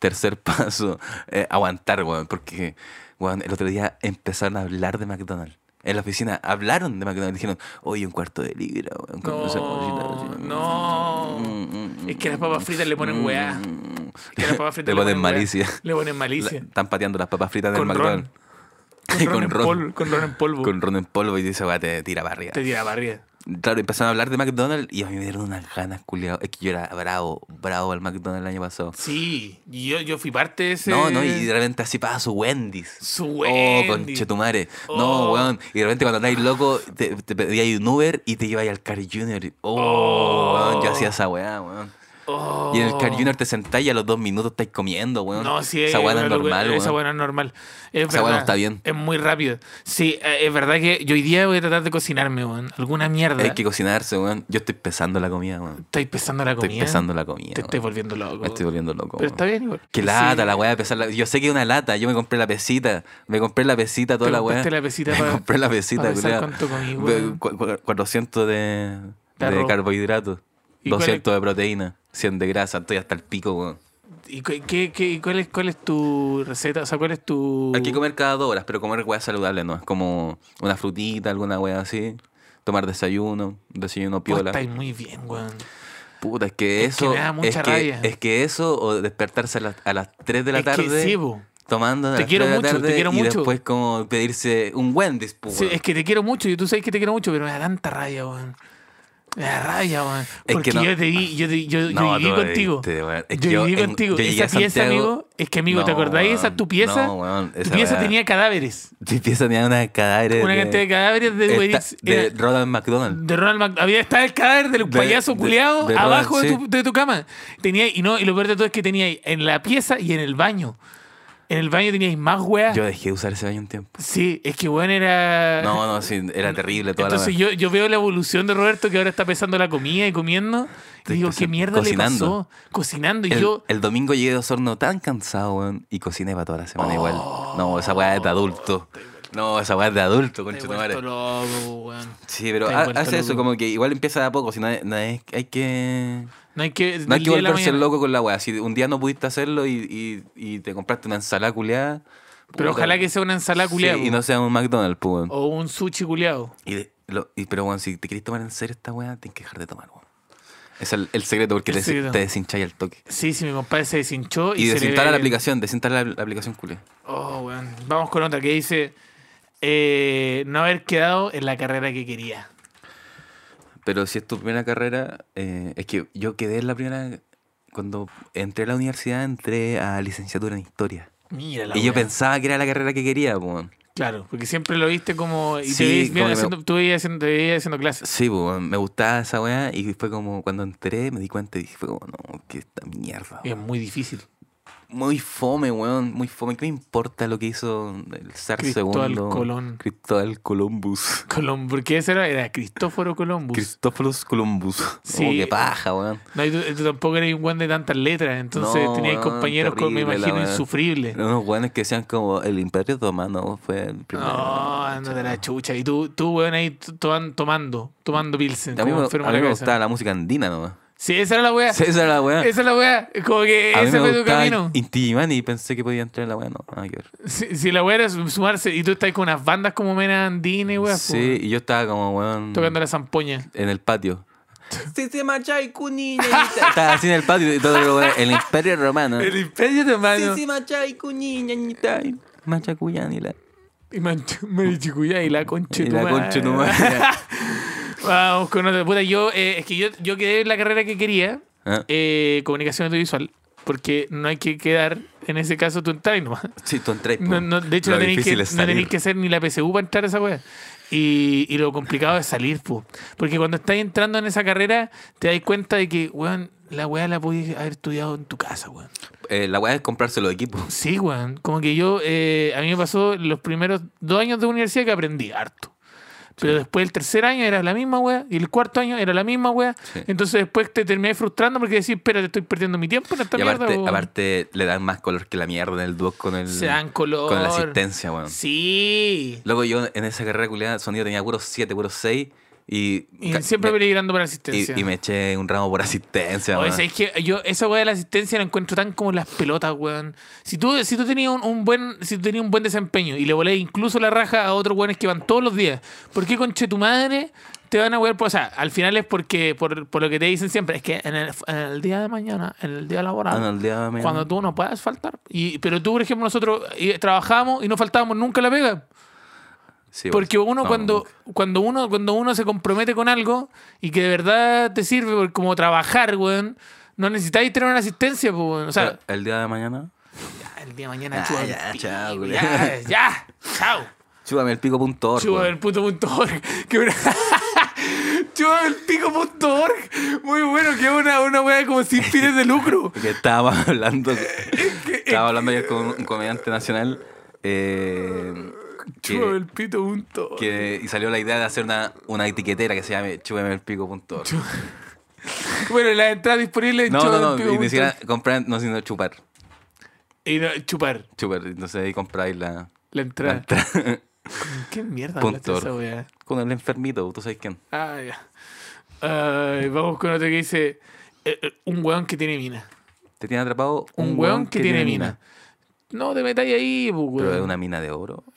Speaker 3: Tercer paso, eh, aguantar, weón. Porque, weón, el otro día empezaron a hablar de McDonald's. En la oficina hablaron de McDonald's. Dijeron, oye, un cuarto de libra, weón. con esa
Speaker 2: no,
Speaker 3: cosita, así".
Speaker 2: no.
Speaker 3: Mm, mm,
Speaker 2: Es que las papas fritas le ponen weá.
Speaker 3: mm.
Speaker 2: Es que las papas fritas
Speaker 3: Le ponen
Speaker 2: weá.
Speaker 3: malicia.
Speaker 2: Le ponen
Speaker 3: La-
Speaker 2: malicia.
Speaker 3: están pateando las papas fritas del
Speaker 2: Con
Speaker 3: McDonald's.
Speaker 2: ron. Con ron, en polvo,
Speaker 3: Con ron.
Speaker 2: con ron en polvo.
Speaker 3: Con ron en polvo y dice, va, te tira para arriba.
Speaker 2: Te tira para arriba.
Speaker 3: Claro, empezaron a hablar de McDonald's y a mí me dieron unas ganas, culiado. Es que yo era bravo, bravo al McDonald's el año pasado.
Speaker 2: Sí, yo, yo fui parte de ese.
Speaker 3: No, no, y de repente así pasa su Wendy's.
Speaker 2: Su
Speaker 3: Oh,
Speaker 2: Wendy's.
Speaker 3: conchetumare.
Speaker 2: Oh.
Speaker 3: No, weón. Y de repente cuando andáis loco, te, te pedíais un Uber y te lleváis al Car Junior. Oh, weón, yo hacía esa weá, weón.
Speaker 2: Oh.
Speaker 3: Y en el Car Junior te sentáis y a los dos minutos estáis comiendo, weón.
Speaker 2: No, sí,
Speaker 3: Esa
Speaker 2: es
Speaker 3: weá no
Speaker 2: una
Speaker 3: es
Speaker 2: locura,
Speaker 3: normal, weón.
Speaker 2: Esa weá no es normal. Es
Speaker 3: Esa weá no
Speaker 2: verdad,
Speaker 3: está bien.
Speaker 2: Es muy rápido. Sí, eh, es verdad que yo hoy día voy a tratar de cocinarme, weón. Alguna mierda.
Speaker 3: Hay que cocinarse, weón. Yo estoy pesando la comida, weón.
Speaker 2: Estáis pesando la comida.
Speaker 3: Estoy pesando la comida.
Speaker 2: Te
Speaker 3: weón.
Speaker 2: estoy volviendo loco.
Speaker 3: Me estoy
Speaker 2: weón.
Speaker 3: volviendo loco.
Speaker 2: Pero
Speaker 3: weón.
Speaker 2: está bien igual.
Speaker 3: Qué
Speaker 2: Sí.
Speaker 3: lata la weá de pesar la... Yo sé que es una lata. Yo me compré la pesita. Me compré la pesita, toda
Speaker 2: Te
Speaker 3: la weá.
Speaker 2: compraste la pesita
Speaker 3: me
Speaker 2: para-
Speaker 3: compré la pesita,
Speaker 2: para pesar
Speaker 3: culiao.
Speaker 2: cuánto comí,
Speaker 3: Ve-
Speaker 2: weón.
Speaker 3: cu- cu- 400 de,
Speaker 2: De
Speaker 3: de,
Speaker 2: arroz.
Speaker 3: carbohidratos.
Speaker 2: ¿Y cuál es-
Speaker 3: 200 de proteína. 100 de grasa. Estoy hasta el pico, weón.
Speaker 2: ¿Y cu- qué, qué- y cuál, es, cuál es tu receta? O sea, ¿cuál es tu.
Speaker 3: Hay que comer cada dos horas, pero comer weá saludable, ¿no? Es como una frutita, alguna weá así. Tomar desayuno, desayuno
Speaker 2: Vos
Speaker 3: piola.
Speaker 2: estáis muy bien, weón.
Speaker 3: Puta, es que
Speaker 2: Es que
Speaker 3: eso.
Speaker 2: me da mucha
Speaker 3: es,
Speaker 2: rabia.
Speaker 3: que, es que eso, o despertarse a las, a las 3 de la
Speaker 2: Es que
Speaker 3: tarde.
Speaker 2: sí, po.
Speaker 3: tomando a
Speaker 2: Te
Speaker 3: las
Speaker 2: quiero
Speaker 3: tres de
Speaker 2: mucho,
Speaker 3: la
Speaker 2: te
Speaker 3: tarde
Speaker 2: quiero
Speaker 3: y
Speaker 2: mucho.
Speaker 3: después como pedirse un Wendy's pues,
Speaker 2: Sí,
Speaker 3: weón.
Speaker 2: es que te quiero mucho y tú sabes que te quiero mucho, pero me da tanta rabia, weón. Me da rabia, weón.
Speaker 3: que
Speaker 2: Porque
Speaker 3: no-
Speaker 2: yo te vi, yo, te- yo, yo
Speaker 3: No,
Speaker 2: viví
Speaker 3: tú me
Speaker 2: contigo.
Speaker 3: viste, weón. Es que
Speaker 2: yo
Speaker 3: yo
Speaker 2: viví
Speaker 3: en-
Speaker 2: contigo.
Speaker 3: yo llegué
Speaker 2: esa
Speaker 3: a
Speaker 2: pieza,
Speaker 3: Santiago-
Speaker 2: amigo, es que amigo, ¿te
Speaker 3: No,
Speaker 2: acordáis? Esa
Speaker 3: weón.
Speaker 2: tu pieza.
Speaker 3: No, weón,
Speaker 2: tu
Speaker 3: esa
Speaker 2: pieza
Speaker 3: weá.
Speaker 2: tenía cadáveres.
Speaker 3: Sí, piensa tenía una cadáver
Speaker 2: Una
Speaker 3: de-
Speaker 2: cantidad de cadáveres de
Speaker 3: Esta-
Speaker 2: Uber Eats.
Speaker 3: de
Speaker 2: Era-
Speaker 3: Ronald McDonald
Speaker 2: de Ronald Mac- Había estaba el cadáver del
Speaker 3: De-
Speaker 2: payaso
Speaker 3: de-
Speaker 2: culeado
Speaker 3: de Ronald,
Speaker 2: abajo de,
Speaker 3: sí.
Speaker 2: tu, de tu cama. Tenía, y no, y lo peor de todo es que tenía ahí en la pieza y en el baño. En el baño teníais más weas.
Speaker 3: yo dejé de usar ese baño un tiempo
Speaker 2: Sí, es que weón era.
Speaker 3: no no sí era terrible toda
Speaker 2: Entonces
Speaker 3: la
Speaker 2: yo, yo veo la evolución de Roberto que ahora está pesando la comida y comiendo. Y
Speaker 3: Estoy
Speaker 2: digo,
Speaker 3: cocin-
Speaker 2: ¿qué mierda
Speaker 3: cocinando.
Speaker 2: le pasó? Cocinando. Y
Speaker 3: el,
Speaker 2: yo,
Speaker 3: el domingo llegué de Osorno tan cansado weón, y cociné para toda la semana igual no esa weá es de adulto no esa weá es de adulto
Speaker 2: Te he
Speaker 3: conchetumare
Speaker 2: vuelto loco, weón.
Speaker 3: sí pero
Speaker 2: te he
Speaker 3: ha-
Speaker 2: vuelto
Speaker 3: hace eso
Speaker 2: loco.
Speaker 3: como que igual empieza de a poco si no, hay- no hay- hay que
Speaker 2: No hay que,
Speaker 3: No
Speaker 2: del
Speaker 3: hay que
Speaker 2: día a la
Speaker 3: volverse
Speaker 2: mañana.
Speaker 3: loco con la weá. Si un día no pudiste hacerlo y, y- y te compraste una ensalada culeada.
Speaker 2: Pero ojalá que sea una ensalada culeada.
Speaker 3: y no sea un McDonald's, pues, weón.
Speaker 2: O un sushi culeado.
Speaker 3: Y de- lo- y- pero, weón, si te querés tomar en serio esta weá, tienes que dejar de tomar, weón. Es el, el secreto, porque
Speaker 2: El
Speaker 3: te,
Speaker 2: secreto.
Speaker 3: te deshincháis al toque.
Speaker 2: Sí, sí, mi compadre se deshinchó. Y,
Speaker 3: Y,
Speaker 2: se le
Speaker 3: desinstala
Speaker 2: ve
Speaker 3: la
Speaker 2: el-
Speaker 3: aplicación, desinstala la, la aplicación culeada.
Speaker 2: Oh, weón. Vamos con otra que dice: eh, no haber quedado en la carrera que quería.
Speaker 3: Pero si es tu primera carrera, eh, es que yo quedé en la primera. Cuando entré a la universidad, entré a licenciatura en historia.
Speaker 2: Mira la
Speaker 3: y yo
Speaker 2: wea.
Speaker 3: pensaba que era la carrera que quería, pues.
Speaker 2: Claro, porque siempre lo viste como. Y
Speaker 3: Sí,
Speaker 2: te veías bien
Speaker 3: como que me-
Speaker 2: haciendo, tú veías haciendo, te veías haciendo clases.
Speaker 3: Sí, pues, me gustaba esa weá. Y fue como cuando entré, me di cuenta y dije, fue como, no, que esta mierda.
Speaker 2: Y es muy difícil.
Speaker 3: Muy fome, weón. Muy fome. ¿Qué me importa lo que hizo el zar
Speaker 2: Cristóbal
Speaker 3: segundo?
Speaker 2: Colón.
Speaker 3: Cristóbal Columbus.
Speaker 2: Colom, porque ese era, era Cristóforo Columbus.
Speaker 3: Cristófolos Columbus.
Speaker 2: Sí.
Speaker 3: Oh, qué paja, weón.
Speaker 2: no, y tú, tú tampoco eres un guan de tantas letras, entonces
Speaker 3: No,
Speaker 2: tenías
Speaker 3: weón,
Speaker 2: compañeros, con, me
Speaker 3: terrible la
Speaker 2: imagino,
Speaker 3: weá.
Speaker 2: insufribles.
Speaker 3: Unos weones que decían como el Imperio Otomano fue el primero.
Speaker 2: No, ándate a la chucha. Y tú, tú weón, ahí to- to- tomando, tomando Pilsen.
Speaker 3: A mí,
Speaker 2: como
Speaker 3: me,
Speaker 2: enfermo
Speaker 3: a
Speaker 2: de
Speaker 3: mí
Speaker 2: la
Speaker 3: me
Speaker 2: cabeza.
Speaker 3: gustaba la música andina nomás.
Speaker 2: Sí, esa era la weá.
Speaker 3: Sí, esa era la weá.
Speaker 2: Esa es la weá. Como que
Speaker 3: A mí
Speaker 2: ese
Speaker 3: me
Speaker 2: fue tu
Speaker 3: gustaba
Speaker 2: camino.
Speaker 3: Inti Illimani y pensé que podía entrar en la weá. No, nada que ver.
Speaker 2: Si, si la weá era sum- sumarse y tú estás con unas bandas como Mena Andina y weá. po,
Speaker 3: Sí, y yo estaba como, weón,
Speaker 2: Tocando la zampoña.
Speaker 3: en el patio. estaba así en el patio y todo lo weón, el Imperio Romano.
Speaker 2: imperio de mano.
Speaker 3: Machacuyán y la...
Speaker 2: Y mancha- Marichicuya y la concha
Speaker 3: Y la concha tu madre.
Speaker 2: Vamos con otra. Puta, yo, eh, es que yo, yo quedé en la carrera que quería,
Speaker 3: Ah.
Speaker 2: eh, comunicación audiovisual, porque no hay que quedar, en ese caso tú entras y nomás.
Speaker 3: Sí, tú entré.
Speaker 2: No, no, de hecho, no tenéis, que, no tenéis que hacer ni la PSU para entrar a esa wea. Y, y lo complicado es salir, po. porque cuando estás entrando en esa carrera, te das cuenta de que, weón, la wea la podías haber estudiado en tu casa, weón.
Speaker 3: Eh, la weá es comprarse los equipos.
Speaker 2: Sí, weón. Como que yo, eh, a mí me pasó los primeros dos años de universidad que aprendí harto. Pero después el tercer año era la misma weá, y el cuarto año era la misma weá.
Speaker 3: Sí.
Speaker 2: Entonces después te terminé frustrando porque decís, espérate, estoy perdiendo mi tiempo en esta
Speaker 3: Y aparte,
Speaker 2: mierda. weón".
Speaker 3: aparte le dan más color que la mierda en el dúo con el...
Speaker 2: Se dan color.
Speaker 3: Con la asistencia, weón.
Speaker 2: Sí.
Speaker 3: Luego yo en esa carrera culiada sonido tenía puros 7, puros 6 y...
Speaker 2: Y
Speaker 3: ca-
Speaker 2: siempre
Speaker 3: me,
Speaker 2: peligrando por
Speaker 3: y,
Speaker 2: asistencia.
Speaker 3: y me eché un ramo por asistencia,
Speaker 2: Oye,
Speaker 3: weón.
Speaker 2: ¿sabes qué? yo esa weá de la asistencia la encuentro tan como las pelotas, weón. Si tú, si tú tenías un, un buen, si tú tenías un buen desempeño y le volé incluso la raja a otros weones que van todos los días, ¿por qué conche tu madre te van a wear? Pues, o sea, al final es porque, por, por lo que te dicen siempre, es que en el, en el día de mañana, en el día laboral,
Speaker 3: Ah, no, el día me-
Speaker 2: cuando tú no puedas faltar. Y, pero tú, por ejemplo, nosotros eh, trabajábamos y no faltábamos nunca a la pega.
Speaker 3: Sí, weón.
Speaker 2: Porque uno
Speaker 3: No,
Speaker 2: cuando
Speaker 3: nunca.
Speaker 2: cuando uno cuando uno se compromete con algo y que de verdad te sirve por- como trabajar, weón, no necesitáis tener una asistencia, pues, weón. O sea,
Speaker 3: Pero el día de mañana...
Speaker 2: ya, el día de mañana
Speaker 3: Ah,
Speaker 2: chúpame
Speaker 3: ya,
Speaker 2: el pico,
Speaker 3: chao, weón.
Speaker 2: ya, ya, chao.
Speaker 3: Chúpame el pico punto org,
Speaker 2: Chúpame
Speaker 3: weón.
Speaker 2: el puto punto org. Que una... Chúpame el pico punto org. Muy bueno, que es una, una weá como sin fines de lucro.
Speaker 3: Porque estábamos hablando... estaba hablando ayer con un comediante nacional eh,
Speaker 2: Chúpame
Speaker 3: que,
Speaker 2: el pito punto org.
Speaker 3: que- y salió la idea de hacer una, una etiquetera que se llame Chúpame el pico punto org.
Speaker 2: Bueno, las entradas disponibles en
Speaker 3: No,
Speaker 2: chúpame el
Speaker 3: no, no,
Speaker 2: pico
Speaker 3: y ni
Speaker 2: punto
Speaker 3: siquiera
Speaker 2: org.
Speaker 3: comprar, no, sino chupar.
Speaker 2: Y no, chupar
Speaker 3: Chupar, entonces ahí compráis la...
Speaker 2: la
Speaker 3: la
Speaker 2: entrada.
Speaker 3: entrada.
Speaker 2: ¿Qué mierda
Speaker 3: Punto
Speaker 2: hablaste de esa
Speaker 3: org.
Speaker 2: weá?
Speaker 3: con el enfermito, tú sabes quién.
Speaker 2: Ah, ya. Ay, vamos con otro que dice: eh, eh, Un weón que tiene mina.
Speaker 3: Te tiene atrapado
Speaker 2: Un, weón, que, tiene, mina. No te metáis ahí, pues,
Speaker 3: Pero es
Speaker 2: weón.
Speaker 3: una mina de oro.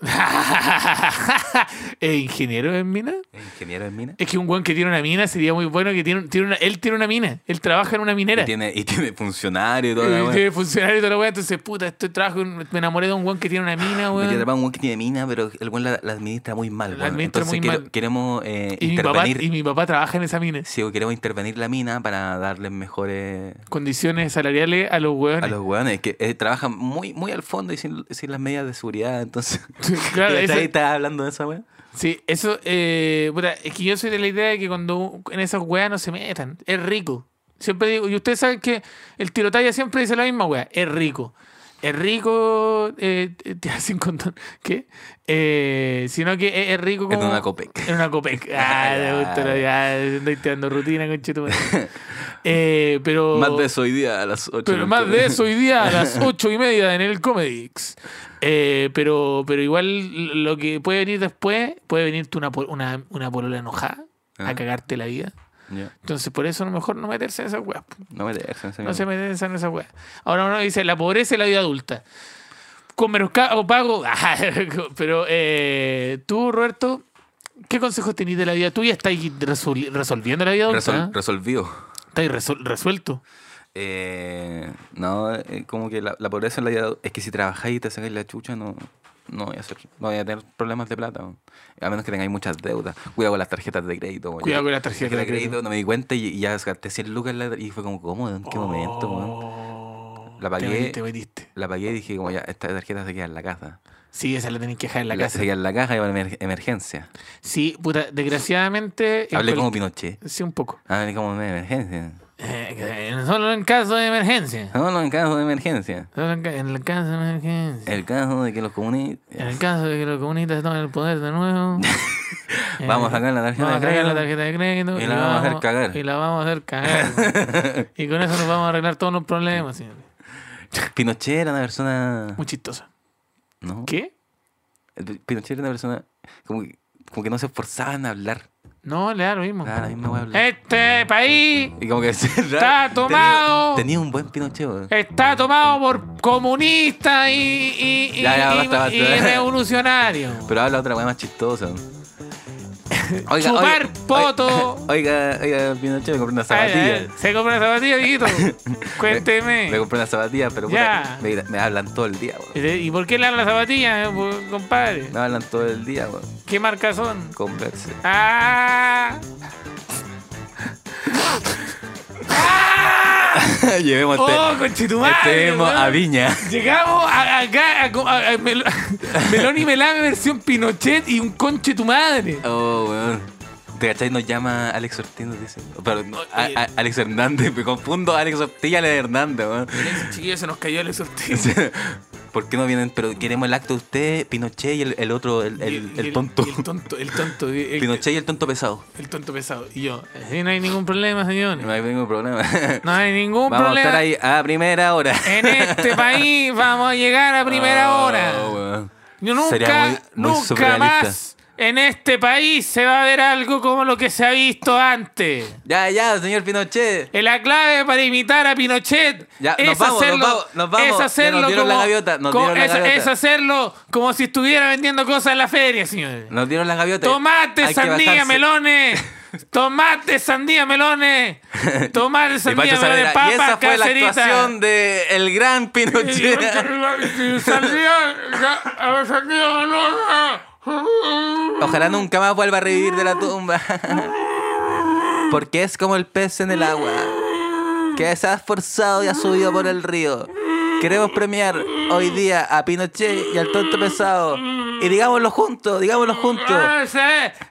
Speaker 2: ¿Es ingeniero en mina?
Speaker 3: ¿Es ingeniero en mina?
Speaker 2: Es que un weón que tiene una mina sería muy bueno. que tiene, tiene una, Él tiene una mina. Él trabaja en una minera.
Speaker 3: Y tiene, y tiene funcionario y todo.
Speaker 2: Y tiene funcionario y toda la weá. Entonces, puta, estoy trabajo, en- me enamoré de un weón que tiene una mina,
Speaker 3: Me tiene
Speaker 2: weón.
Speaker 3: atrapado un weón que tiene mina, pero el weón la, la administra muy mal.
Speaker 2: La
Speaker 3: weón.
Speaker 2: administra
Speaker 3: Entonces
Speaker 2: muy
Speaker 3: quiero-
Speaker 2: mal.
Speaker 3: queremos eh,
Speaker 2: Y mi, papá, y
Speaker 3: intervenir.
Speaker 2: mi papá trabaja en esa mina.
Speaker 3: sí, o queremos intervenir la mina para darles mejores
Speaker 2: Condiciones salariales a los
Speaker 3: a
Speaker 2: weones.
Speaker 3: los weones que eh, trabajan muy, muy al fondo y sin, sin las medidas de seguridad. Entonces,
Speaker 2: Claro,
Speaker 3: ¿Estás-
Speaker 2: ese-
Speaker 3: estás hablando de esa weón?
Speaker 2: Sí, eso, eh, puta, es que yo soy de la idea de que cuando un- en esas weas no se metan, es rico. Siempre digo, y ustedes saben que el tirotalla siempre dice la misma wea, es rico. Es rico, eh, te- te hacen contar, ¿qué? Eh, sino que es, es rico
Speaker 3: En
Speaker 2: como...
Speaker 3: una copec.
Speaker 2: En una copec. Ah, te gusta, la- ya, estoy tirando rutina, conchetumare. Eh, pero...
Speaker 3: Más de eso hoy día a las 8.
Speaker 2: Pero más de eso hoy día a las ocho y media en el Comedix. Eh, pero, pero igual lo que puede venir después, puede venirte una, pol- una, una polola enojada a
Speaker 3: Ah.
Speaker 2: cagarte la vida.
Speaker 3: Ya.
Speaker 2: Entonces por eso a lo mejor no meterse en esas weas. po.
Speaker 3: No me dejes, en serio.
Speaker 2: No se meterse en esas weas. Ahora uno dice, la pobreza y la vida adulta. Con menos ca- o pago. ajá, pero eh, tú, Roberto, ¿qué consejos tenés de la vida tuya? ¿Estáis resol- resolviendo la vida adulta?
Speaker 3: Resol- resolvió.
Speaker 2: ¿Estáis resol- resuelto?
Speaker 3: Eh, no, eh, como que la, la pobreza en la vida es que si trabajáis y te sacáis la chucha, no, no voy a hacer, no voy a tener problemas de plata. weón. A menos que tengáis muchas deudas. Cuidado con las tarjetas de crédito. weón.
Speaker 2: Cuidado
Speaker 3: Yo-
Speaker 2: con las tarjetas
Speaker 3: tarjeta
Speaker 2: de crédito.
Speaker 3: No me di cuenta y, y ya gasté 100 lucas en la- y fue como, ¿cómo? ¿En qué momento? weón?
Speaker 2: Oh,
Speaker 3: La
Speaker 2: Te
Speaker 3: pagué.
Speaker 2: metiste, te metiste.
Speaker 3: La pagué y dije, como ya, esta tarjeta se queda en la casa.
Speaker 2: Sí, esa la tenés que dejar en la casa.
Speaker 3: Se queda en la caja y va a emer- emergencia.
Speaker 2: Sí, puta, desgraciadamente. en
Speaker 3: Hablé
Speaker 2: cual-
Speaker 3: como Pinochet. Ah,
Speaker 2: Sí, un poco.
Speaker 3: Hablé como de emergencia.
Speaker 2: Eh, eh, solo en caso de emergencia.
Speaker 3: No, no, en caso de emergencia.
Speaker 2: Solo en, ca- en el caso de emergencia.
Speaker 3: El caso de que los
Speaker 2: En
Speaker 3: comunistas...
Speaker 2: el caso de que los comunistas tomen el poder de nuevo. eh,
Speaker 3: Vamos a sacar la tarjeta
Speaker 2: vamos a
Speaker 3: de
Speaker 2: sacar la
Speaker 3: crédito.
Speaker 2: tarjeta de crédito.
Speaker 3: Y la vamos a hacer cagar.
Speaker 2: Y la vamos a hacer cagar. y con eso nos vamos a arreglar todos los problemas, señor.
Speaker 3: Pinochet era una persona...
Speaker 2: Muy chistosa.
Speaker 3: ¿No?
Speaker 2: ¿Qué?
Speaker 3: El Pinochet era una persona como que, como que no se esforzaba en hablar. "Ah,
Speaker 2: No, le da lo mismo.
Speaker 3: Nada, la misma wea hablaba.
Speaker 2: Este país
Speaker 3: Y como que
Speaker 2: Está tomado.
Speaker 3: Tenía, tenía un buen Pinochet. weón.
Speaker 2: está tomado por comunistas y, y, y-
Speaker 3: Ya, ya,
Speaker 2: y-
Speaker 3: basta, basta.
Speaker 2: y revolucionarios.
Speaker 3: Pero habla otra weá más chistosa. Oiga,
Speaker 2: Chupar poto.
Speaker 3: Oiga, oiga, Pinochet, me compré una
Speaker 2: Ay, ay,
Speaker 3: zapatilla.
Speaker 2: Se compró una zapatilla, Dieguito. Cuénteme.
Speaker 3: Me compré una zapatilla, pero
Speaker 2: Ya.
Speaker 3: puta, me, me hablan todo el día, weón.
Speaker 2: Este, ¿Y por qué le dan la zapatilla, eh, po- compadre?
Speaker 3: Me hablan todo el día, weón.
Speaker 2: ¿Qué marca son?
Speaker 3: Converse.
Speaker 2: ¡Ah!
Speaker 3: Llevemos este-
Speaker 2: ¡Ah! ¡Oh, conchetumare!
Speaker 3: este emo
Speaker 2: weón!
Speaker 3: a Viña.
Speaker 2: Llegamos a- acá a, a- a Mel- Melón y Melame versión Pinochet y un conche tu madre.
Speaker 3: Oh, weón. ¿Te cachai? Nos llama Alex Ortiz, nos dice. Pero, no, a-
Speaker 2: Oye.
Speaker 3: a- Alex Hernández, me confundo Alex Ortiz y Alex Hernández, weón.
Speaker 2: Chiquillos, se nos cayó el sorteo.
Speaker 3: ¿Por qué no vienen? Pero queremos el acto de usted, Pinochet y el, el otro, el, el- el tonto.
Speaker 2: El tonto, el tonto. El,
Speaker 3: Pinochet y el tonto pesado.
Speaker 2: el tonto pesado. Y yo, "Sí, no hay ningún problema, señores.
Speaker 3: No hay ningún problema.
Speaker 2: No hay ningún
Speaker 3: Vamos a
Speaker 2: problema.
Speaker 3: estar ahí a primera hora.
Speaker 2: En este país vamos a llegar a primera
Speaker 3: Oh,
Speaker 2: hora.
Speaker 3: weón.
Speaker 2: Yo nunca,
Speaker 3: Sería muy- muy
Speaker 2: nunca
Speaker 3: surrealista.
Speaker 2: más en este país se va a ver algo como lo que se ha visto antes.
Speaker 3: Ya, ya, señor Pinochet.
Speaker 2: Eh, La clave para imitar a Pinochet
Speaker 3: Ya,
Speaker 2: es
Speaker 3: nos vamos, nos
Speaker 2: hacerlo,
Speaker 3: vamos, nos vamos.
Speaker 2: es
Speaker 3: Ya nos
Speaker 2: hacerlo
Speaker 3: dieron
Speaker 2: como,
Speaker 3: la gaviota, nos
Speaker 2: como-
Speaker 3: dieron la
Speaker 2: es,
Speaker 3: gaviota.
Speaker 2: es hacerlo como si estuviera vendiendo cosas en la feria, señores.
Speaker 3: Nos dieron las gaviotas. Hay
Speaker 2: Tomate,
Speaker 3: que
Speaker 2: sandía,
Speaker 3: bajarse.
Speaker 2: melones. Tomate, sandía, melones. Tomate,
Speaker 3: Y Pancho
Speaker 2: sandía, melones,
Speaker 3: Saavedra, y
Speaker 2: papas,
Speaker 3: esa fue la
Speaker 2: cacerita.
Speaker 3: actuación de el gran Pinochet. Ojalá nunca más vuelva a revivir de la tumba. Porque es como el pez en el agua, que se ha esforzado y ha subido por el río. Queremos premiar hoy día a Pinochet y al tonto pesado. Y digámoslo juntos, digámoslo juntos.
Speaker 2: Ah, Ese,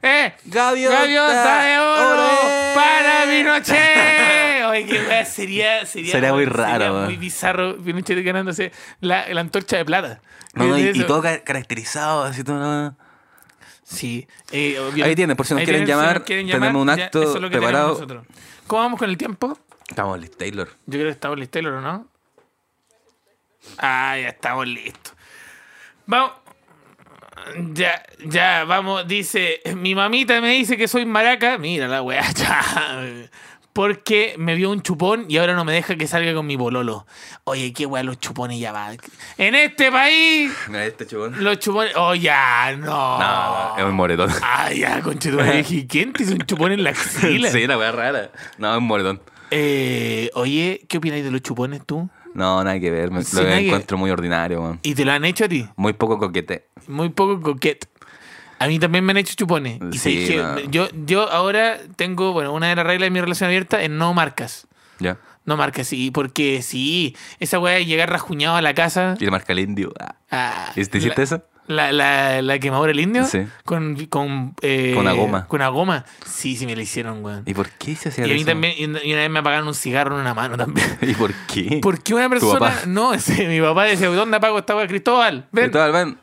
Speaker 2: eh,
Speaker 3: Gaviota,
Speaker 2: gaviota de oro
Speaker 3: olé.
Speaker 2: para Pinochet. Oye, qué wea, sería, sería,
Speaker 3: Sería muy raro,
Speaker 2: Sería
Speaker 3: weón.
Speaker 2: muy bizarro Pinochet ganándose la, la antorcha de plata.
Speaker 3: No, no, y, y
Speaker 2: Eso.
Speaker 3: todo ca- caracterizado, así todo. no.
Speaker 2: Sí. eh, obvio.
Speaker 3: Ahí tienen, por si nos quieren
Speaker 2: tienen, si
Speaker 3: llamar, tenemos un
Speaker 2: ya,
Speaker 3: acto
Speaker 2: eso es lo que tenemos
Speaker 3: preparado.
Speaker 2: nosotros. ¿Cómo vamos con el tiempo?
Speaker 3: Estamos listos, Taylor.
Speaker 2: Yo creo que estamos listos, Taylor, ¿o no? Ah, ya estamos listos. Vamos. Ya, ya, vamos. Dice, mi mamita me dice que soy maraca. Mira la weá, ya. Porque me vio un chupón y ahora no me deja que salga con mi bololo. Oye, qué weá los chupones ya va. En este país,
Speaker 3: Mira este chubón.
Speaker 2: los chupones. Oh, ya, no.
Speaker 3: No, es un moretón.
Speaker 2: Ay, ya, conchetumare, dije, ¿quién te hizo un chupón en la axila?
Speaker 3: Sí, la weá rara. No, es un moretón.
Speaker 2: Eh, oye, ¿qué opináis de los chupones tú?
Speaker 3: No, nada que ver. me-
Speaker 2: Sí,
Speaker 3: lo
Speaker 2: nada que-
Speaker 3: encuentro muy ordinario, weón.
Speaker 2: ¿Y te lo han hecho a ti?
Speaker 3: Muy poco coquete.
Speaker 2: Muy poco coquet. A mí también me han hecho chupones. Y
Speaker 3: Sí,
Speaker 2: sabéis que
Speaker 3: no.
Speaker 2: yo, yo ahora tengo, bueno, una de las reglas de mi relación abierta es no marcas.
Speaker 3: Ya.
Speaker 2: No marcas, sí, porque sí, esa weá de llegar rajuñado a la casa.
Speaker 3: Y le marca el indio. Ah.
Speaker 2: ah,
Speaker 3: ¿Y te hiciste
Speaker 2: la-
Speaker 3: eso?
Speaker 2: La, la, la quemadura del indio
Speaker 3: Sí.
Speaker 2: con, con, eh,
Speaker 3: Con una goma.
Speaker 2: Con una goma. Sí, sí me la hicieron, weón.
Speaker 3: ¿Y por qué se hacía
Speaker 2: Y a mí
Speaker 3: eso?
Speaker 2: también, y una y una vez me apagaron un cigarro en una mano también.
Speaker 3: ¿Y por qué?
Speaker 2: ¿Por qué una persona.?
Speaker 3: papá?
Speaker 2: No, ese, mi papá decía, ¿dónde apago esta weá, Cristóbal? Ven.
Speaker 3: Cristóbal, ven.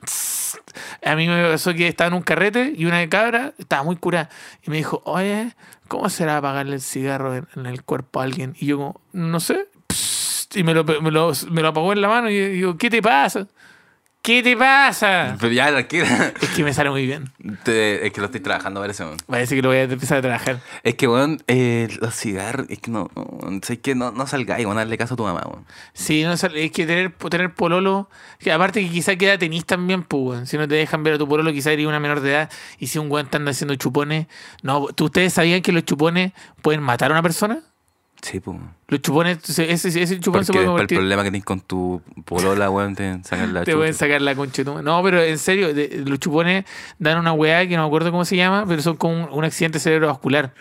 Speaker 2: A mí me pasó que estaba en un carrete y una cabra estaba muy curada. Y me dijo, oye, ¿cómo será apagarle el cigarro en, en el cuerpo a alguien? Y yo, como, no sé. Psst, y me lo, me, lo, me lo apagó en la mano y yo digo, ¿qué te pasa? ¿Qué te pasa?
Speaker 3: Pero ya, tranquila.
Speaker 2: Es que me sale muy bien.
Speaker 3: Te- es que lo estoy trabajando, parece, weón.
Speaker 2: Parece que lo voy a empezar a trabajar.
Speaker 3: Es que, weón, eh, los cigarros. Es que no. no, sé que no, no salgáis, weón. Hazle caso a tu mamá, weón.
Speaker 2: Sí, no, sale- es que tener, tener pololo. que aparte que quizá queda tenis también, pues, weón. Si no te dejan ver a tu pololo, quizá eres una menor de edad. Y si un weón te anda haciendo chupones. No, ¿tú- ¿ustedes sabían que los chupones pueden matar a una persona?
Speaker 3: Sí, pues. weón.
Speaker 2: Los chupones, se- ese, ese chupón se puede
Speaker 3: Porque después el
Speaker 2: convertir.
Speaker 3: problema que tienes con tu polola, weón, te sacan la
Speaker 2: Te pueden
Speaker 3: chucha.
Speaker 2: sacar la concha. de tu madre. No, pero en serio, de- los chupones dan una weá que no me acuerdo cómo se llama, pero son con un, un accidente cerebrovascular.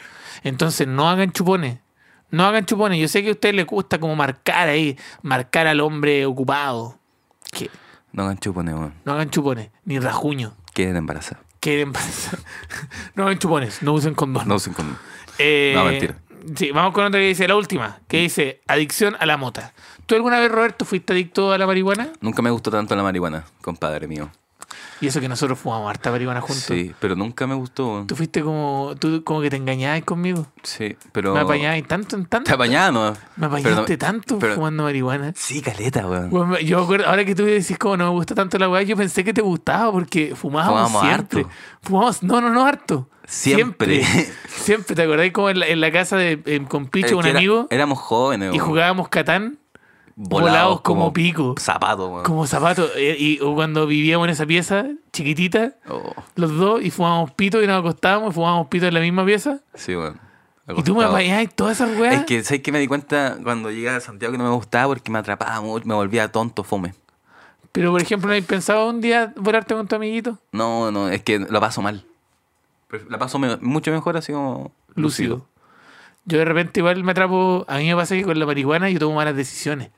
Speaker 2: Entonces, no hagan chupones. No hagan chupones. Yo sé que a ustedes les gusta como marcar ahí, marcar al hombre ocupado. Que
Speaker 3: No hagan chupones, weón.
Speaker 2: no hagan chupones, ni rajuño.
Speaker 3: Quieren embarazar.
Speaker 2: Queden pasar. no hagan chupones, no usen condón.
Speaker 3: No usen condón.
Speaker 2: Eh,
Speaker 3: No, mentira.
Speaker 2: Sí, vamos con otra que dice, la última, que dice adicción a la mota. ¿Tú alguna vez, Roberto, fuiste adicto a la marihuana?
Speaker 3: Nunca me gustó tanto la marihuana, compadre mío.
Speaker 2: Y eso que nosotros fumamos harta marihuana juntos.
Speaker 3: Sí, pero nunca me gustó, weón.
Speaker 2: Tú fuiste como, tú como que te engañabas conmigo.
Speaker 3: Sí, pero.
Speaker 2: Me apañabas tanto en tanto.
Speaker 3: Te apañaba, ¿no?
Speaker 2: me
Speaker 3: Pero no-
Speaker 2: apañaste tanto
Speaker 3: pero-
Speaker 2: fumando marihuana.
Speaker 3: Sí, caleta, weón.
Speaker 2: Bueno, me- yo acuerdo, ahora que tú decís como no me gusta tanto la weá, yo pensé que te gustaba porque fumábamos
Speaker 3: Fumábamos
Speaker 2: siempre.
Speaker 3: harto.
Speaker 2: Fumábamos, no, no, no, harto.
Speaker 3: Siempre.
Speaker 2: Siempre, Siempre, ¿te acordás como en la, en la casa de, en- con
Speaker 3: Es
Speaker 2: Picho, un
Speaker 3: que era-
Speaker 2: amigo,
Speaker 3: éramos jóvenes,
Speaker 2: y
Speaker 3: weón.
Speaker 2: jugábamos Catán? volados como pico.
Speaker 3: Zapato, weón.
Speaker 2: Como zapatos. eh, Y, o cuando vivíamos en esa pieza chiquitita,
Speaker 3: Oh,
Speaker 2: los dos, y fumábamos pito y nos acostábamos y fumábamos pito en la misma pieza.
Speaker 3: sí, weón.
Speaker 2: Y tú me
Speaker 3: Acostado.
Speaker 2: apañabas en todas esas weas.
Speaker 3: Es que, ¿sabes qué me di cuenta cuando llegué a Santiago que no me gustaba porque me atrapaba mucho, me volvía tonto, fome.
Speaker 2: Pero, por ejemplo, ¿no has pensado un día volarte con tu amiguito?
Speaker 3: No, no, es que la paso mal. Pref- La paso me- mucho mejor así como.
Speaker 2: Lúcido. Yo de repente igual me atrapo... A mí me pasa que con la marihuana yo tomo malas decisiones.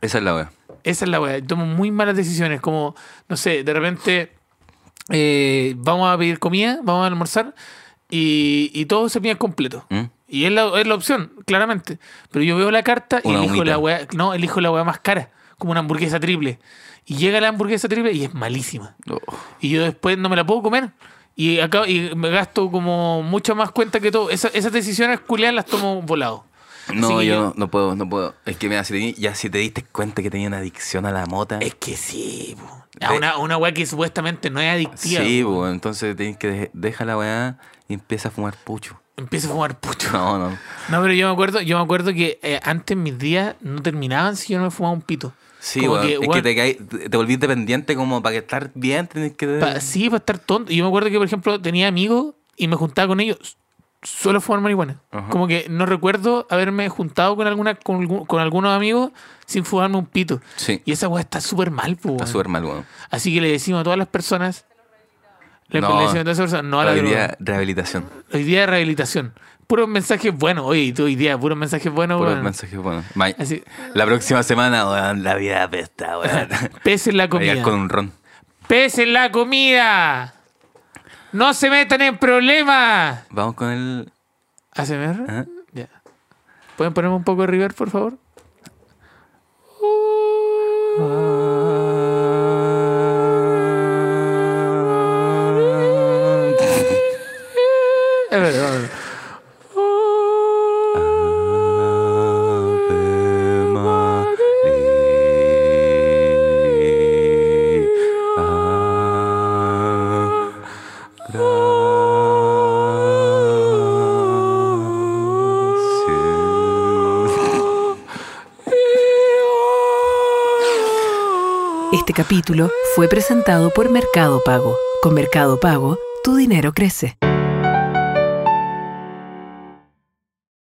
Speaker 3: Esa es la weá.
Speaker 2: Esa es la weá. Tomo muy malas decisiones. Como, no sé, de repente eh, vamos a pedir comida, vamos a almorzar y, y todo se pide completo.
Speaker 3: ¿Mm?
Speaker 2: Y es la, es la opción, claramente. Pero yo veo la carta y
Speaker 3: Una
Speaker 2: elijo
Speaker 3: humita.
Speaker 2: la, weá, no, elijo la weá más cara, como una hamburguesa triple. Y llega la hamburguesa triple y es malísima.
Speaker 3: Oh,
Speaker 2: Y yo después no me la puedo comer. Y, acá, y me gasto como mucha más cuenta que todo. Esa- esas decisiones culiadas las tomo volado. Así
Speaker 3: No,
Speaker 2: que
Speaker 3: yo no, no puedo, no puedo. Es que mira, si te, di- ya si te diste cuenta que tenía una adicción a la mota.
Speaker 2: Es que sí, po. A una, a una weá que supuestamente no es adictiva.
Speaker 3: sí, pues, entonces tienes que de- deja la weá y empieza a fumar pucho.
Speaker 2: Empiezo a fumar pucho. No.
Speaker 3: No, no.
Speaker 2: pero yo me acuerdo, yo me acuerdo que eh, antes mis días no terminaban si yo no me fumaba un pito.
Speaker 3: Sí,
Speaker 2: Como
Speaker 3: weón.
Speaker 2: que,
Speaker 3: es
Speaker 2: weón,
Speaker 3: que te, caí- te- te volvís dependiente como para que estar bien, tenés que...
Speaker 2: Pa- sí, para estar tonto. Y Yo me acuerdo que, por ejemplo, tenía amigos y me juntaba con ellos solo a fumar marihuana.
Speaker 3: Ajá.
Speaker 2: Como que no recuerdo haberme juntado con alguna con, algún- con algunos amigos sin fumarme un pito.
Speaker 3: Sí,
Speaker 2: Y esa weá está súper mal, po,
Speaker 3: está
Speaker 2: weón.
Speaker 3: súper mal, weón.
Speaker 2: Así que le decimos a todas las personas. Le,
Speaker 3: No.
Speaker 2: le decimos a todas las personas, no a la
Speaker 3: Hoy
Speaker 2: droga.
Speaker 3: día, rehabilitación.
Speaker 2: Hoy día de rehabilitación. Puros mensajes buenos. Oye, y tú hoy día, puros mensajes buenos.
Speaker 3: Puros
Speaker 2: weón.
Speaker 3: mensajes buenos. Ma-
Speaker 2: Así,
Speaker 3: La próxima semana, weón, la vida apesta, weón.
Speaker 2: pesen la
Speaker 3: Voy a llegar
Speaker 2: comida.
Speaker 3: con un ron.
Speaker 2: Pesen la comida. No se metan en problemas.
Speaker 3: Vamos con el...
Speaker 2: ¿ASMR?
Speaker 3: Ajá.
Speaker 2: Ya. ¿Pueden ponerme un poco de River, por favor? Es verdad, es verdad.
Speaker 1: Este capítulo fue presentado por Mercado Pago. Con Mercado Pago, tu dinero crece.